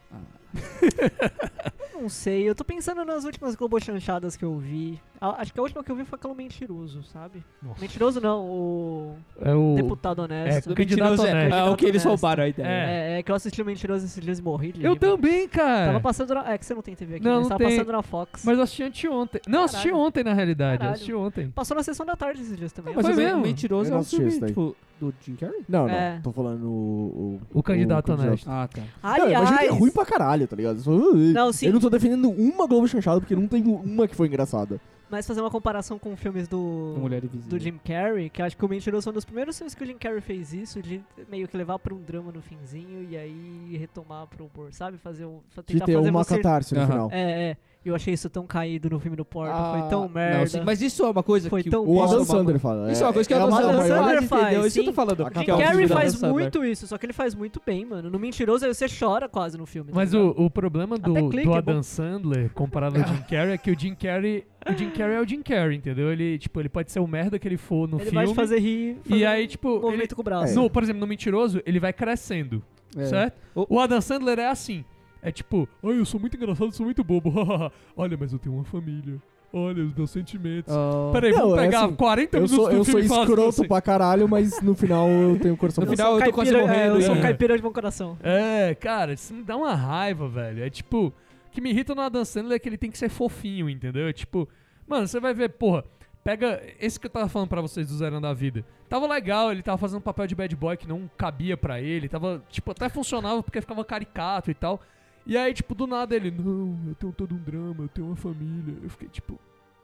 Não sei, eu tô pensando nas últimas Globo chanchadas que eu vi. A- acho que a última que eu vi foi aquela Mentiroso, sabe?
Nossa.
Mentiroso não, o
É o.
Deputado Honesto.
O candidato
Mentiroso é,
honesto.
é o que eles
Candidato
roubaram a ideia.
É.
É, é que eu assisti o Mentiroso esses dias e morri de
Eu
rir, mano.
também, cara.
Tava passando na... É que você não tem TV aqui,
Não,
né?
não
Tava
tem.
passando na Fox.
Mas eu assisti anteontem. Não, eu assisti
Caralho.
ontem, na realidade. Eu
Caralho.
assisti ontem.
Passou na sessão da tarde esses dias também.
Mas
Foi
o
mesmo?
Mentiroso
Eu
é
não
um
assisti
filme,
isso daí.
tipo, do Jim Carrey?
Não, não.
É.
Tô falando o...
O candidato honesto.
Ah, tá.
Não,
Aliás,
imagina que é ruim pra caralho, tá ligado? Só-
Não, sim.
Eu não tô defendendo uma Globo chanchada, porque não tem uma que foi engraçada.
mas fazer uma comparação com filmes do...
Do Mulher Invisível.
Do Jim Carrey, que eu acho que o Mentiroso foi um dos primeiros filmes que o Jim Carrey fez isso, de meio que levar pra um drama no finzinho e aí retomar pro humor, sabe? Fazer um, fa-
De
tentar
ter
fazer
uma
você...
catarse no
Aham.
final.
É, é. Eu achei isso tão caído no filme do Porta, foi
Ah,
tão
não,
merda.
Não, sim, mas isso é uma coisa
Foi
que
tão
O
isso é
Adam
uma
Sandler fala.
Isso é uma coisa que
é
o Adam
uma-
Sandler,
Adam Sandler
entendeu?
faz,
Isso que eu tô
sim.
falando.
Jim
que é
Jim
um
filme
Carrey
do Adam
faz
Sandler.
muito isso, só que ele faz muito bem, mano. No Mentiroso aí você chora quase no filme. tá
Mas o,
ligado?
o problema do,
Até clique
do
é
Adam
bom.
Sandler comparado ao Jim Carrey é que o Jim Carrey. O Jim Carrey é o Jim Carrey, entendeu? Ele, tipo, ele pode ser o merda que ele for no
Ele
filme.
vai te fazer rir.
E
fazer
aí,
um
tipo, ele-
movimento com o braço.
no, por exemplo, no Mentiroso, ele vai crescendo,
É.
certo?
O-
O Adam Sandler é assim. É tipo, ai, eu sou muito engraçado, sou muito bobo. Olha, mas eu tenho uma família. Olha, os meus sentimentos.
Ah,
Peraí,
Não,
vamos
é
pegar
assim,
40
Eu
minutos
sou,
um
do
eu sou
filme e falar assim,
escroto
assim.
pra caralho, mas no final eu tenho o coração
No
pra-
final eu tô quase
Caipira- é,
morrendo.
Eu sou
hein?
um caipira de bom coração.
É, cara, isso me dá uma raiva, velho. É tipo, o que me irrita no Adam Sandler é que ele tem que ser fofinho, entendeu? É tipo, mano, você vai ver, porra, Pega esse que eu tava falando pra vocês do Zerão da Vida. Tava legal, ele tava fazendo um papel de bad boy que não cabia pra ele. Tava, tipo, até funcionava porque ficava caricato e tal. E aí, tipo, do nada ele, não, eu tenho todo um drama, eu tenho uma família. Eu fiquei, tipo,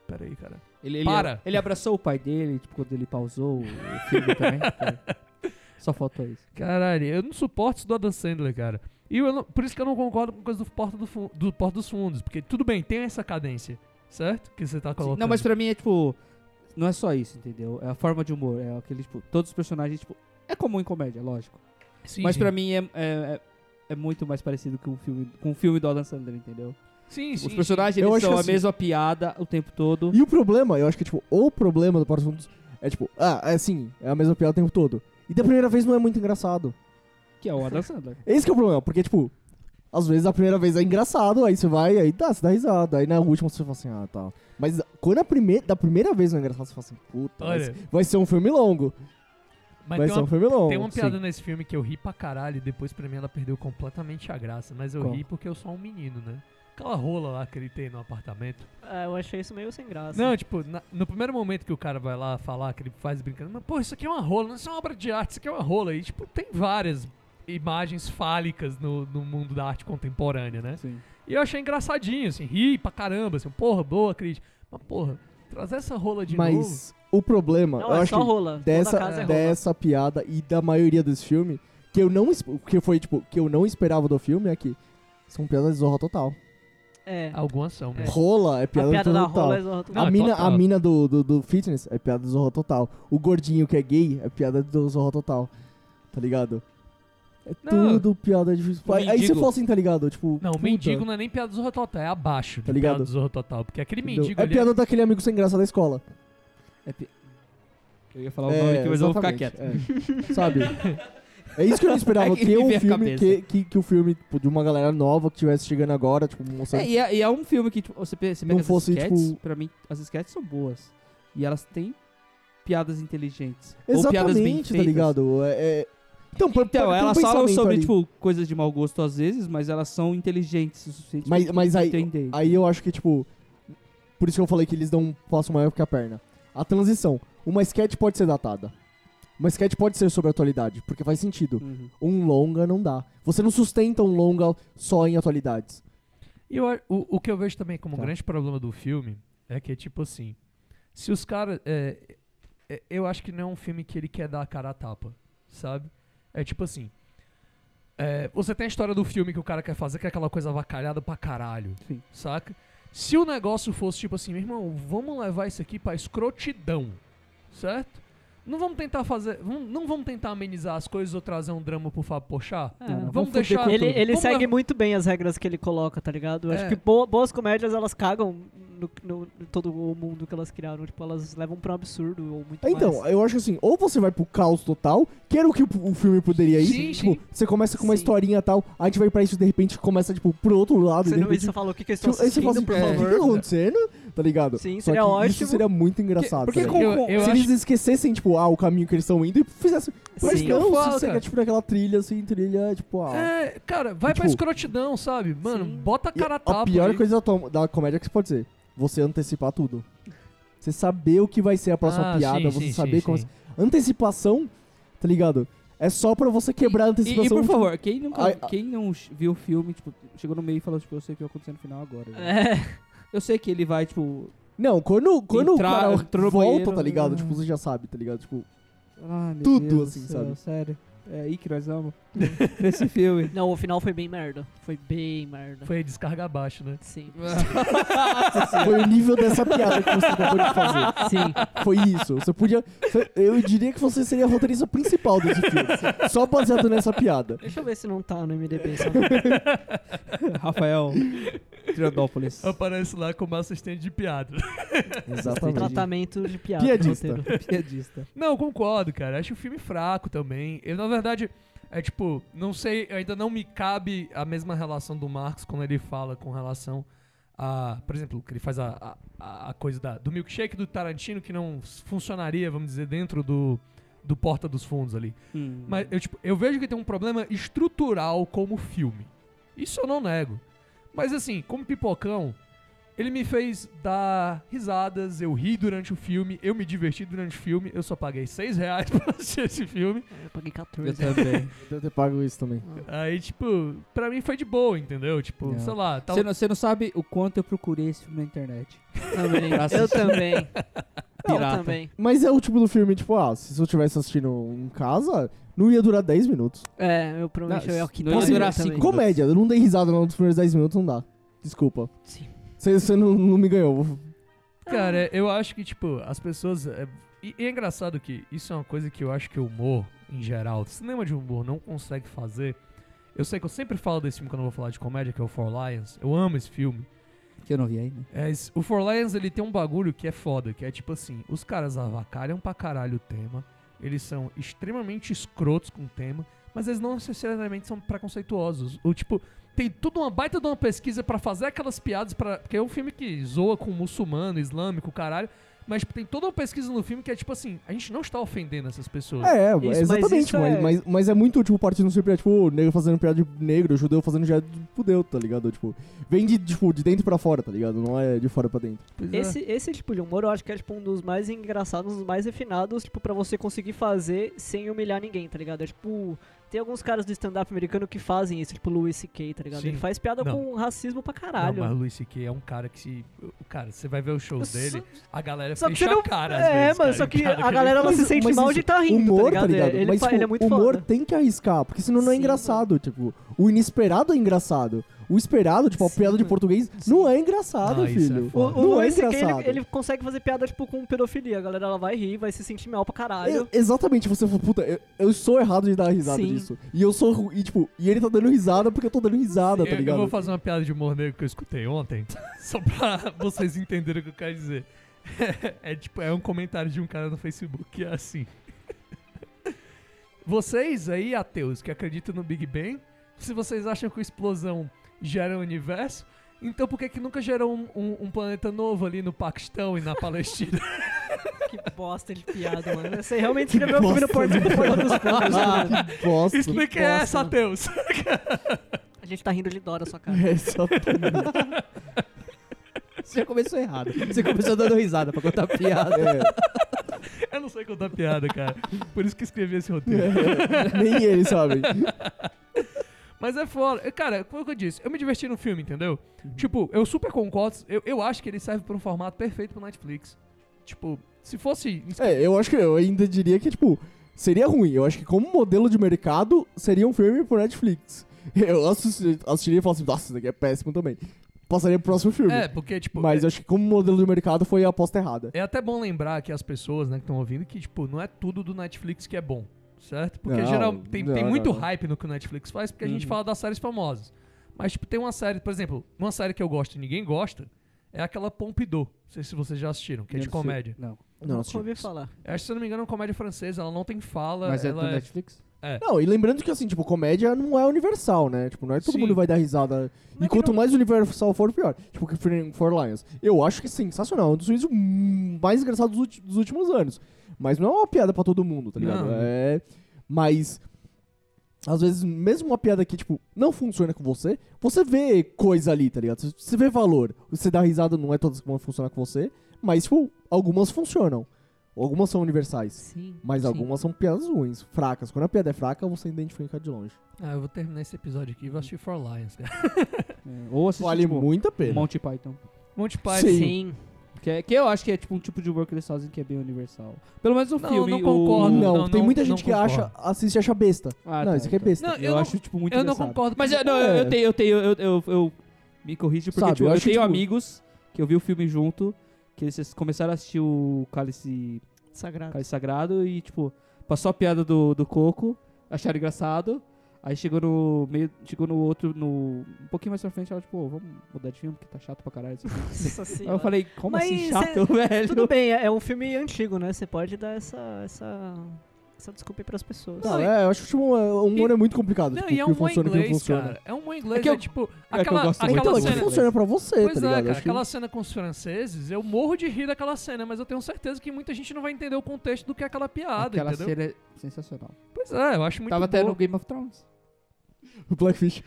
peraí, cara.
Ele, ele,
Para.
ele abraçou o pai dele, tipo, quando ele pausou o filme também. Cara. Só faltou isso.
Caralho, eu não suporto isso do Adam Sandler, cara. E eu não- por isso que eu não concordo com coisa do Porta, do, Fu- do Porta dos Fundos. Porque tudo bem, tem essa cadência, certo? Que você tá colocando.
Não, mas pra mim é tipo. Não é só isso, entendeu? É a forma de humor. É aquele, tipo, todos os personagens, tipo. É comum em comédia, lógico.
Sim,
mas
sim.
pra mim é, é, é- é muito mais parecido com o filme, com o filme do Adam Sandler, entendeu?
Sim, sim.
os personagens
Eu
eles
acho
são
que
a
assim-
mesma piada o tempo todo.
E o problema, eu acho que, tipo, o problema do Porta dos Fundos é, tipo, ah, é assim, é a mesma piada o tempo todo. E da primeira vez não é muito engraçado.
Que é o Adam Sandler.
Esse que é o problema, porque, tipo, às vezes a primeira vez é engraçado, aí você vai, aí dá, você dá risada. Aí na última você fala assim, ah, tá. Mas quando a primeira, da primeira vez não é engraçado, você fala assim, puta,
Olha.
vai- vai ser um filme longo.
Mas
vai
tem
ser
uma
um filme longo.
Tem uma
sim.
piada nesse filme que eu ri pra caralho e depois pra mim ela perdeu completamente a graça. Mas eu
Qual?
ri porque eu sou um menino, né? Aquela rola lá que ele tem no apartamento.
É, eu achei isso meio sem graça.
Não, tipo, na- no primeiro momento que o cara vai lá falar, que ele faz brincando, mas pô, isso aqui é uma rola, não isso é uma obra de arte, isso aqui é uma rola. E, tipo, tem várias imagens fálicas no, no mundo da arte contemporânea, né?
Sim.
E eu achei engraçadinho, assim, ri pra caramba, assim, porra, boa crítica. Mas, porra, trazer essa rola de novo.
Mas o problema,
Não,
eu
é
acho
só
que
rola.
dessa,
Toda casa é rola.
dessa piada e da maioria desse filme, que eu não, es- que foi, tipo, que eu não esperava do filme é que são piadas de zorra total.
É. A
Alguma ação, né?
Rola é piada,
piada,
de
da
zorra total.
rola é zorra total.
Não,
a,
Ah,
é
mina,
total.
a mina do, do, do fitness é piada do Zorro Total. O gordinho que é gay é piada do Zorro Total. Tá ligado? É
Não.
tudo piada de
O
Aí, aí você
mendigo.
fala assim, tá ligado? Tipo,
Não, o
puta,
mendigo não é nem piada do Zorro Total, é abaixo de
Tá ligado?
piada do Zorro Total. Porque aquele
entendeu?
mendigo
É
ali.
piada daquele amigo sem graça da escola.
É pi- Eu ia falar o nome aqui, mas eu vou ficar quieto.
É, exatamente, é. Sabe? É isso que eu não esperava,
Aí
que, o
vem a
filme,
cabeça.
que, que, que o filme tipo, de uma galera nova que estivesse chegando agora, tipo, mostrando...
É, e, é, e é um filme que tipo, você, pe- você pega
Não
as
fosse,
sketches,
tipo-
pra mim, as sketches são boas. E elas têm piadas inteligentes. ou piadas bem
Exatamente, tá
feitas.
ligado? É, é- Então, pra- pra-
Então,
tem um
elas falam
pensamento
sobre,
ali.
tipo, coisas de mau gosto às vezes, mas elas são inteligentes o suficiente
Mas,
pra
mas aí,
entender.
aí eu acho que, tipo... Por isso que eu falei que eles dão um passo maior que a perna. A transição. Uma sketch pode ser datada. Uma sketch pode ser sobre a atualidade, porque faz sentido.
Uhum.
Um longa não dá. Você não sustenta um longa só em atualidades.
E eu a- o, o que eu vejo também como um
Tá.
grande problema do filme é que, tipo assim, se os caras. é, é, eu acho que não é um filme que ele quer dar a cara a tapa, sabe? É tipo assim. é, você tem a história do filme que o cara quer fazer, que é aquela coisa avacalhada pra caralho,
Sim.
saca? Se o negócio fosse tipo assim, meu irmão, vamos levar isso aqui pra escrotidão, certo? Não vamos tentar fazer. vamos- Não vamos tentar amenizar as coisas ou trazer um drama pro Fábio Pochá?
É.
Não, não,
Vamos
foder
deixar-
com
Ele,
tudo.
ele
Vamos
segue
lá.
muito bem as regras que ele coloca, tá ligado? Eu
É.
acho que bo- boas comédias elas cagam no, no- em todo o mundo que elas criaram. Tipo, elas levam pra um absurdo ou muito
Então,
mais.
eu acho assim, ou você vai pro caos total, que era o que o, o filme poderia ir,
Sim,
tipo,
sim.
você começa com uma
Sim.
historinha tal, aí a gente vai pra isso e de repente começa, tipo, pro outro lado, e
Você
de
não
repente...
você fala o que, que eu estou
tipo, aí você
assistindo,
fala
por
assim, "Cara,
favor.
o que tá acontecendo? Tá ligado?
Sim,
Só
seria
que Isso
ótimo.
seria muito engraçado.
porque
tá
com-
ligado?
Eu- eu
Se
acho-
eles esquecessem, tipo, ah, o caminho que eles estão indo e fizessem... Mas
Sim.
eu
não,
falo,
se você
cara.
é, tipo, naquela trilha, assim, trilha, tipo, ah...
É, cara, vai pra
Tipo-
escrotidão, sabe? Mano,
Sim.
bota a
E
cara né? a tapa.
pior
aí.
coisa é da, tom- da comédia que você pode ser, você antecipar tudo. Você saber o que vai ser a próxima
Ah,
piada,
sim,
você
sim,
saber
sim,
como...
sim.
Antecipação, tá ligado? É só pra você quebrar a
E,
antecipação.
e, por favor, quem, nunca,
Ai, ai.
quem não ch- viu o filme, tipo, chegou no meio e falou, tipo, eu sei o que vai acontecer no final agora. né?
É,
Eu sei que ele vai, tipo,
Não, quando, quando
Entrar-
o
entrou
cara
no
volta,
banheiro,
tá ligado?
né?
ah.
Tipo, você já sabe, tá ligado? Tipo,
ah, meu
Tudo,
Deus do
assim,
céu,
sabe?
Sério. É aí que nós vamos. Nesse filme.
não, o final foi bem merda. Foi bem merda.
Foi descarga abaixo, né?
Sim.
foi o nível dessa piada que você acabou de fazer.
Sim.
Foi isso. Você podia. você- Eu diria que você seria a roteirista principal desse filme. Só baseado nessa piada.
Deixa eu ver se não tá no MDB. Só.
Rafael Triandópolis.
Aparece lá como assistente de piada.
Exatamente.
Tratamento de piada.
Piadista.
roteiro.
Piadista.
Não, concordo, cara. Acho o filme fraco também. Eu, na verdade, é tipo, não sei, ainda não me cabe a mesma relação do Marcos quando ele fala com relação a. Por exemplo, que ele faz a, a, a coisa da- do milkshake do Tarantino que não funcionaria, vamos dizer, dentro do, do Porta dos Fundos ali.
Hum.
Mas eu, tipo, eu vejo que tem um problema estrutural como filme. Isso eu não nego. Mas assim, como pipocão, Ele me fez dar risadas, eu ri durante o filme, eu me diverti durante o filme, eu só paguei 6 reais pra assistir esse filme.
É, Eu paguei
Eu
14.
também.
Deve ter pago isso também.
Aí, tipo, pra mim foi de boa, entendeu? Tipo,
Não.
sei lá, tal...
Você não, você não sabe o quanto eu procurei esse filme na internet.
Também.
Pra
Eu
assistir.
também. Eu
Pirata.
também.
Mas é o tipo do filme, tipo, ah, se eu tivesse assistindo em casa, não ia durar 10 minutos.
É, eu provavelmente
Não,
eu ia ao quinto
não ia
também.
durar cinco.
Também.
Comédia, eu não dei risada nos primeiros 10 minutos, não dá. Desculpa.
Sim.
Você você não, não me ganhou.
Cara, eu acho que, tipo, as pessoas. é, E e é engraçado que isso é uma coisa que eu acho que o humor, em geral, o cinema de humor não consegue fazer. Eu sei que eu sempre falo desse filme quando eu vou falar de comédia, que é o Four Lions. Eu amo esse filme.
Que eu não vi ainda.
É, es- o Four Lions, ele tem um bagulho que é foda, que é tipo assim, os caras avacalham pra caralho o tema, eles são extremamente escrotos com o tema, mas eles não necessariamente são preconceituosos. O tipo, tem tudo uma baita de uma pesquisa pra fazer aquelas piadas para porque é um filme que zoa com muçulmano, islâmico, caralho, mas tipo, tem toda uma pesquisa no filme que é tipo assim, a gente não está ofendendo essas pessoas.
É, é,
mas
exatamente,
isso
mas,
é-
mas, mas é muito, tipo, partindo sempre, é, tipo, negro fazendo piada de negro, judeu fazendo piada de judeu, tá ligado? Tipo, vem de, tipo, de dentro pra fora, tá ligado? Não é de fora pra dentro.
Pois é.
Esse, esse tipo de humor eu acho que é tipo um dos mais engraçados, um dos mais refinados, tipo, pra você conseguir fazer sem humilhar ninguém, tá ligado? É tipo. Tem alguns caras do stand-up americano que fazem isso, tipo Louis C.K., tá ligado?
Sim.
Ele faz piada
Não.
com racismo pra
Não,
caralho.
mas o Luis C.K. é um cara que se... Cara, você vai ver os shows
Eu
dele, a galera
Só que
fecha
você não-
a cara às
É,
vezes,
mano,
cara,
só
e
que
cada
a galera ela se
Mas-
sente
mas
mal
isso-
de estar rindo,
humor,
tá ligado? Ele,
Mas,
fa-
tipo,
ele é muito
humor
foda.
tem que arriscar, porque senão não é
Sim,
engraçado, tipo, o inesperado é engraçado. O esperado, tipo, a
Sim,
piada de
mano.
português, não é engraçado,
Ah, isso é
filho.
O,
foda.
o
Não é
Louis C.K. ele-
engraçado.
Ele, consegue fazer piada, tipo, com pedofilia. A galera ela vai rir, vai se sentir mal pra
Eu-
caralho.
É, exatamente, você falou, puta, eu, eu sou errado de dar risada
Sim.
disso. E eu sou, ru- e tipo, e ele tá dando risada porque eu tô dando risada, tá
é, Eu- Eu
ligado?
vou fazer uma piada de humor negro que eu escutei ontem, só pra vocês entenderem o que eu quero dizer. É, tipo, é um comentário de um cara no Facebook que é assim. Vocês aí, ateus, que acreditam no Big Bang, se vocês acham que a explosão gera o universo, então por que que nunca gerou um, um- um planeta novo ali no Paquistão e na Palestina?
Que bosta de piada, mano. Você realmente
Que
escreveu o filme no
bosta
Porta
de
do Porta dos Fundos,
Ah,
mano.
que bosta.
Explica essa,
bosta.
ateus.
A gente tá rindo de dó da sua cara.
É, exatamente.
Você já começou errado. Você começou dando risada pra contar piada.
É,
Eu não sei contar piada, cara. Por isso que escrevi esse roteiro.
É. nem eles sabem.
Mas é foda. Cara, como é que eu disse? Eu me diverti no filme, entendeu?
Uhum.
Tipo, eu super concordo. Eu, eu acho que ele serve pra um formato perfeito pro Netflix. Tipo, se fosse.
É, eu acho que eu ainda diria que, tipo, seria ruim. Eu acho que como modelo de mercado, seria um filme pro Netflix. Eu assisti- assistiria e falaria assim, nossa, isso daqui é péssimo também. Passaria pro próximo filme.
É, porque, tipo.
Uhum. Mas
é,
eu acho que como modelo de mercado foi a aposta errada.
é até bom lembrar que as pessoas, né, que estão ouvindo, que, tipo, não é tudo do Netflix que é bom, certo? Porque
Não,
geral tem, tem
não,
muito
não.
hype no que o Netflix faz, porque a gente
Uhum.
fala das séries famosas. Mas, tipo, tem uma série, por exemplo, uma série que eu gosto e ninguém gosta. É aquela Pompidou, não sei se vocês já assistiram, que é de
Eu não sei-
comédia.
Não.
Não,
Nunca ouvi
assim,
falar.
Acho que, se eu não me engano, é uma comédia francesa, ela não tem fala.
Mas é do
ela é
Netflix?
Não, e lembrando que, assim, tipo, comédia não é universal, né? Tipo, não é todo
Sim.
mundo vai dar risada.
Mas
e quanto
virou-
mais universal for, pior. Tipo, que Fre- For Lions. Eu acho que é sensacional. É um dos filmes hum, mais engraçados dos ulti- dos últimos anos. Mas não é uma piada pra todo mundo, tá ligado?
Não.
É. Mas. Às vezes, mesmo uma piada que, tipo, não funciona com você, você vê coisa ali, tá ligado? Você- Você vê valor. Você dá risada, não é todas que vão funcionar com você, mas, tipo, algumas funcionam. Algumas são universais.
Sim.
Mas
sim.
algumas são piadas ruins, fracas. Quando a piada é fraca, você identifica de longe.
Ah, eu vou terminar esse episódio aqui e vou assistir For Lions, cara.
É, Ou assistir
Vale
tipo,
muito a pena.
Monty Python.
Monty Python.
Sim.
Sim.
Que, é- que eu acho que é tipo um tipo de humor que eles fazem que é bem universal. Pelo menos no
Não,
filme.
não
o-
Não,
concordo. Não,
tem
não-
muita
não
gente que
concordo.
acha, assiste e acha besta.
Ah,
não,
tá,
isso aqui é
então.
besta.
Não,
Eu,
eu não-
acho, tipo, muito
Eu não
engraçado.
concordo.
Mas é, não, eu, eu tenho, eu tenho, eu, eu, eu me corrijo porque
Sabe,
tipo,
eu
eu,
acho que,
tenho
tipo-
amigos que eu vi o filme junto, que eles começaram a assistir o Cálice,
Sagrado.
Cálice Sagrado e, tipo, passou a piada do, do coco, acharam engraçado. Aí chegou no meio, chegou no outro, no um pouquinho mais pra frente, ela tipo, "Ô, vamos mudar de filme porque tá chato pra caralho. isso aqui."
Nossa
Aí
senhora.
eu falei, como
Mas
assim
cê-
chato, velho?
Tudo bem, é é um filme antigo, né? Você pode dar essa, essa, essa desculpa aí pras pessoas.
Não, é, eu acho que tipo, o humor é muito complicado.
Não,
tipo,
e é
o que
um bom
funciona e o que não
inglês,
funciona.
cara. É um bom inglês,
É que
é,
eu-
tipo...
é que eu
Aquela,
gosto
aquela
muito
Então, é que
cena...
funciona pra você,
Pois
tá
é,
ligado?
cara.
Acho que-
Aquela cena com os franceses, eu morro de rir daquela cena, mas eu tenho certeza que muita gente não vai entender o contexto do que é aquela piada,
Aquela
entendeu?
cena é sensacional.
Pois é, eu acho muito
Tava até
boa.
no Game of Thrones.
O Blackfish.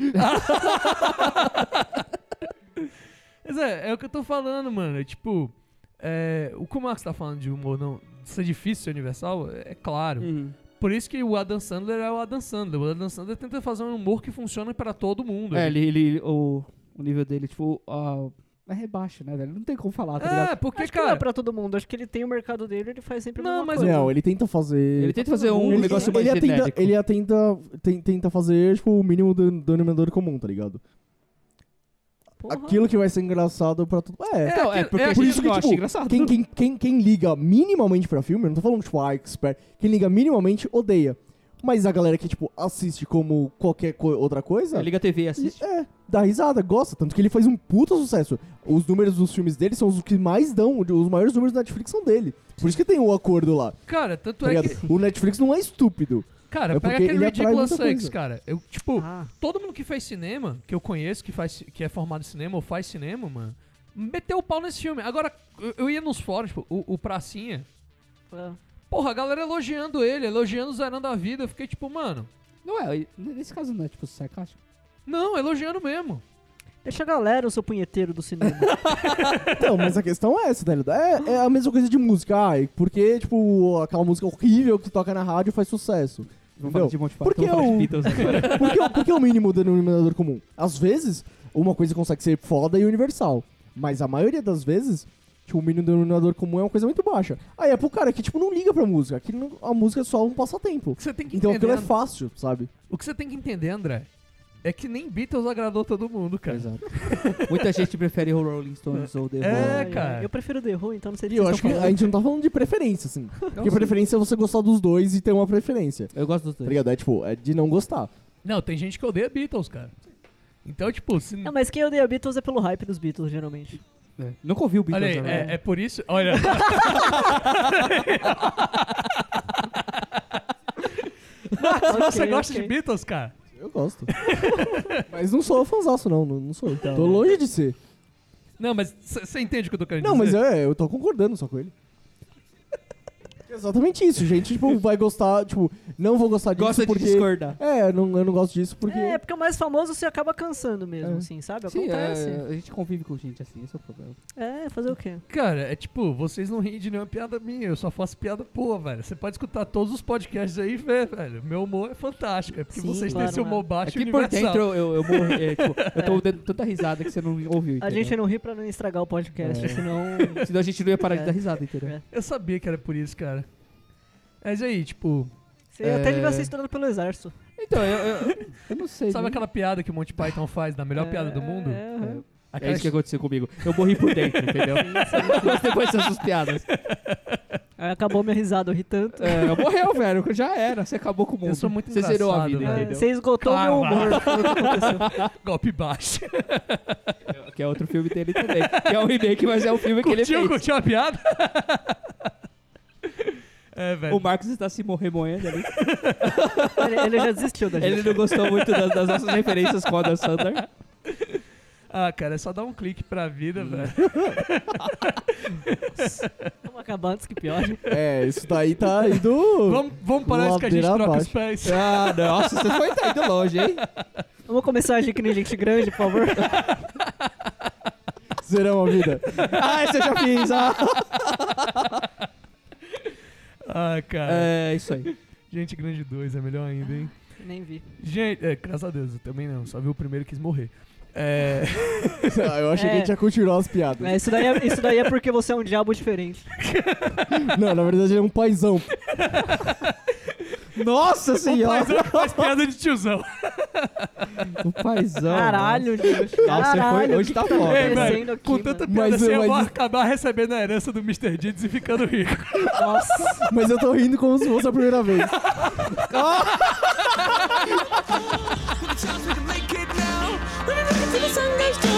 Mas é, é o que eu tô falando, mano. É tipo, é, o que o Marcos tá falando de humor não ser difícil ser universal, é claro.
Hum.
Por isso que o Adam Sandler é o Adam Sandler. O Adam Sandler tenta fazer um humor que funciona pra todo mundo.
É, ele, ele- o, o nível dele, tipo, a- é rebaixo, né, velho? Não tem como falar, tá ligado?
é porque,
acho que não é
cara.
pra todo mundo. Acho que ele tem o mercado dele, ele faz sempre a
Não,
mesma
mas
coisa.
Não, ele tenta fazer.
Ele tenta fazer um
ele,
negócio
ele
mais
atenta,
genérico.
ele é atenta, ten- tenta fazer, tipo, o mínimo do, do denominador comum, tá ligado?
Porra.
Aquilo que vai ser engraçado pra tudo. É,
Então, é,
aquilo-
porque
é por
a gente
isso
não
que,
acha
tipo,
engraçado.
Quem, quem, quem, quem liga minimamente pra filme, eu não tô falando, tipo, ah, expert. Quem liga minimamente, odeia. Mas a galera que, tipo, assiste como qualquer co- outra coisa,
Liga a TV e assiste.
é, dá risada, gosta. Tanto que ele faz um puta sucesso. Os números dos filmes dele são os que mais dão, os maiores números da Netflix são dele. Por isso que tem o acordo lá,
Cara, tanto
tá
é
ligado?
que.
O Netflix não é estúpido.
Cara,
É
pega
porque
aquele
ele atrai
Ridiculous
muita
Sex,
coisa.
cara. Eu, tipo,
Ah,
todo mundo que faz cinema, que eu conheço, que, faz, que é formado em cinema ou faz cinema, mano, meteu o pau nesse filme. Agora, eu, eu ia nos fóruns, tipo, o, o Pracinha.
é.
Porra, a galera elogiando ele, elogiando o Zerando a Vida. Eu fiquei tipo, mano,
Não é, nesse caso não é, tipo, sarcástico.
não, elogiando mesmo.
Deixa a galera, o seu punheteiro do cinema.
Não, mas a questão é essa, tá ligado? É, é a mesma coisa de música. Ah, e por que, tipo, aquela música horrível que toca na rádio faz sucesso?
Vamos
Não,
falar de Monty
por
Python,
que
vamos falar de
o-
Beatles agora.
Por que, por que é o mínimo denominador comum? Às vezes, uma coisa consegue ser foda e universal. Mas a maioria das vezes, tipo, o mínimo denominador comum é uma coisa muito baixa. Aí é pro cara que, tipo, não liga pra música. Que não- a música é só um passatempo.
O que você tem que
Então aquilo
entender.
é fácil, sabe?
o que você tem que entender, André, é que nem Beatles agradou todo mundo, cara.
Exato. Muita gente prefere o Rolling Stones ou The
É,
Who.
cara.
Eu prefiro The Who, então não sei do
E
que
eu
vocês
acho que
estão
a gente não tá falando de preferência, assim. Porque preferência é você gostar dos dois e ter uma preferência.
Eu gosto dos
Tá
dois.
ligado? É tipo, é de não gostar.
Não, tem gente que odeia Beatles, cara. Então, tipo, se...
falando. Não, mas quem odeia Beatles é pelo hype dos Beatles, geralmente.
É. Nunca ouvi o Beatles
olha aí,
agora.
é, é por isso. Olha. Marcos, você
Ok,
gosta
ok.
de Beatles, cara?
Eu gosto. Mas não sou fanzaço, não. Não, não sou. Tô longe de ser.
Não, mas você entende o que eu tô querendo
Não, mas
dizer?
eu, eu tô concordando só com ele. Exatamente isso, gente. Tipo, vai gostar, tipo, não vou gostar disso
Gosta de
porque...
discordar.
É, eu não, eu não gosto disso porque...
É, porque o mais famoso você acaba cansando mesmo,
É.
assim, sabe?
Sim,
Acontece.
é, a gente convive com gente assim, esse é o problema.
É, fazer o quê?
Cara, é tipo, vocês não riem de nenhuma piada minha, eu só faço piada boa, velho. Você pode escutar todos os podcasts aí e ver, velho. Meu humor é fantástico. É porque
Sim,
vocês
claro,
têm seu humor baixo e
Aqui por
universal.
dentro eu, eu morro. é, tipo, eu tô dando tanta risada que você não ouviu.
A
entendeu?
gente é não ri pra não estragar o podcast,
É.
senão.
Senão a gente não ia parar de
É.
dar risada, entendeu?
Eu sabia que era por isso, cara. Mas aí, tipo,
Você
É.
até devia ser estudado pelo exército.
Então, eu, eu, eu não sei.
sabe
né?
aquela piada que o Monty Python faz da melhor piada do mundo?
É, aham.
É
Aquela
isso que aconteceu comigo. Eu morri por dentro, entendeu? Mas depois dessas piadas.
Aí acabou minha risada, eu ri tanto.
É, eu morreu, velho. Já era. Você acabou com o mundo.
Eu sou muito
Você zerou a
engraçado,
vida,
velho.
É,
entendeu?
Você esgotou o meu
Claro.
humor. foi o que aconteceu.
golpe baixo.
Que é outro filme dele também. Que é um remake, mas é um filme que ele
curtiu,
fez.
curtiu a piada? é, velho.
O Marcos está se mo- remoendo ali.
Ele, ele já desistiu da gente.
Ele não gostou muito das, das nossas referências com a Dan Sander.
Ah, cara, é só dar um clique pra vida, velho.
Vamos acabar antes que piore.
É, isso daí tá indo...
Vamos, vamos parar isso que a É. gente
Ladeira
troca os
abaixo.
pés.
Ah, nossa, você foi tá indo longe, hein?
Vamos começar a agir que nem gente grande, por favor.
Zerão a vida.
Ah, esse eu já fiz. Ah.
Ah, cara.
É isso aí.
Gente grande 2 é melhor ainda, hein?
Nem vi.
Gente, é, graças a Deus, eu também não. Só vi o primeiro e quis morrer. É,
Ah, Eu achei que a gente ia continuar as piadas.
É, isso, daí é, isso daí é porque você é um diabo diferente.
Não, na verdade ele é um paizão. Um
Nossa senhora!
mas eu faz piada de tiozão.
O paizão.
Caralho, gente.
Nossa, você
Caralho,
foi-
o
hoje
que
tá
que
foda.
Ei, velho,
acontecendo aqui,
Com tanta
mano?
piada
Mas,
assim, eu
mas-
vou acabar recebendo a herança do Mr. Deeds e ficando rico.
Nossa.
Mas eu tô rindo como se fosse a primeira vez.
chance we can make it now. Let me look into the sun goes down.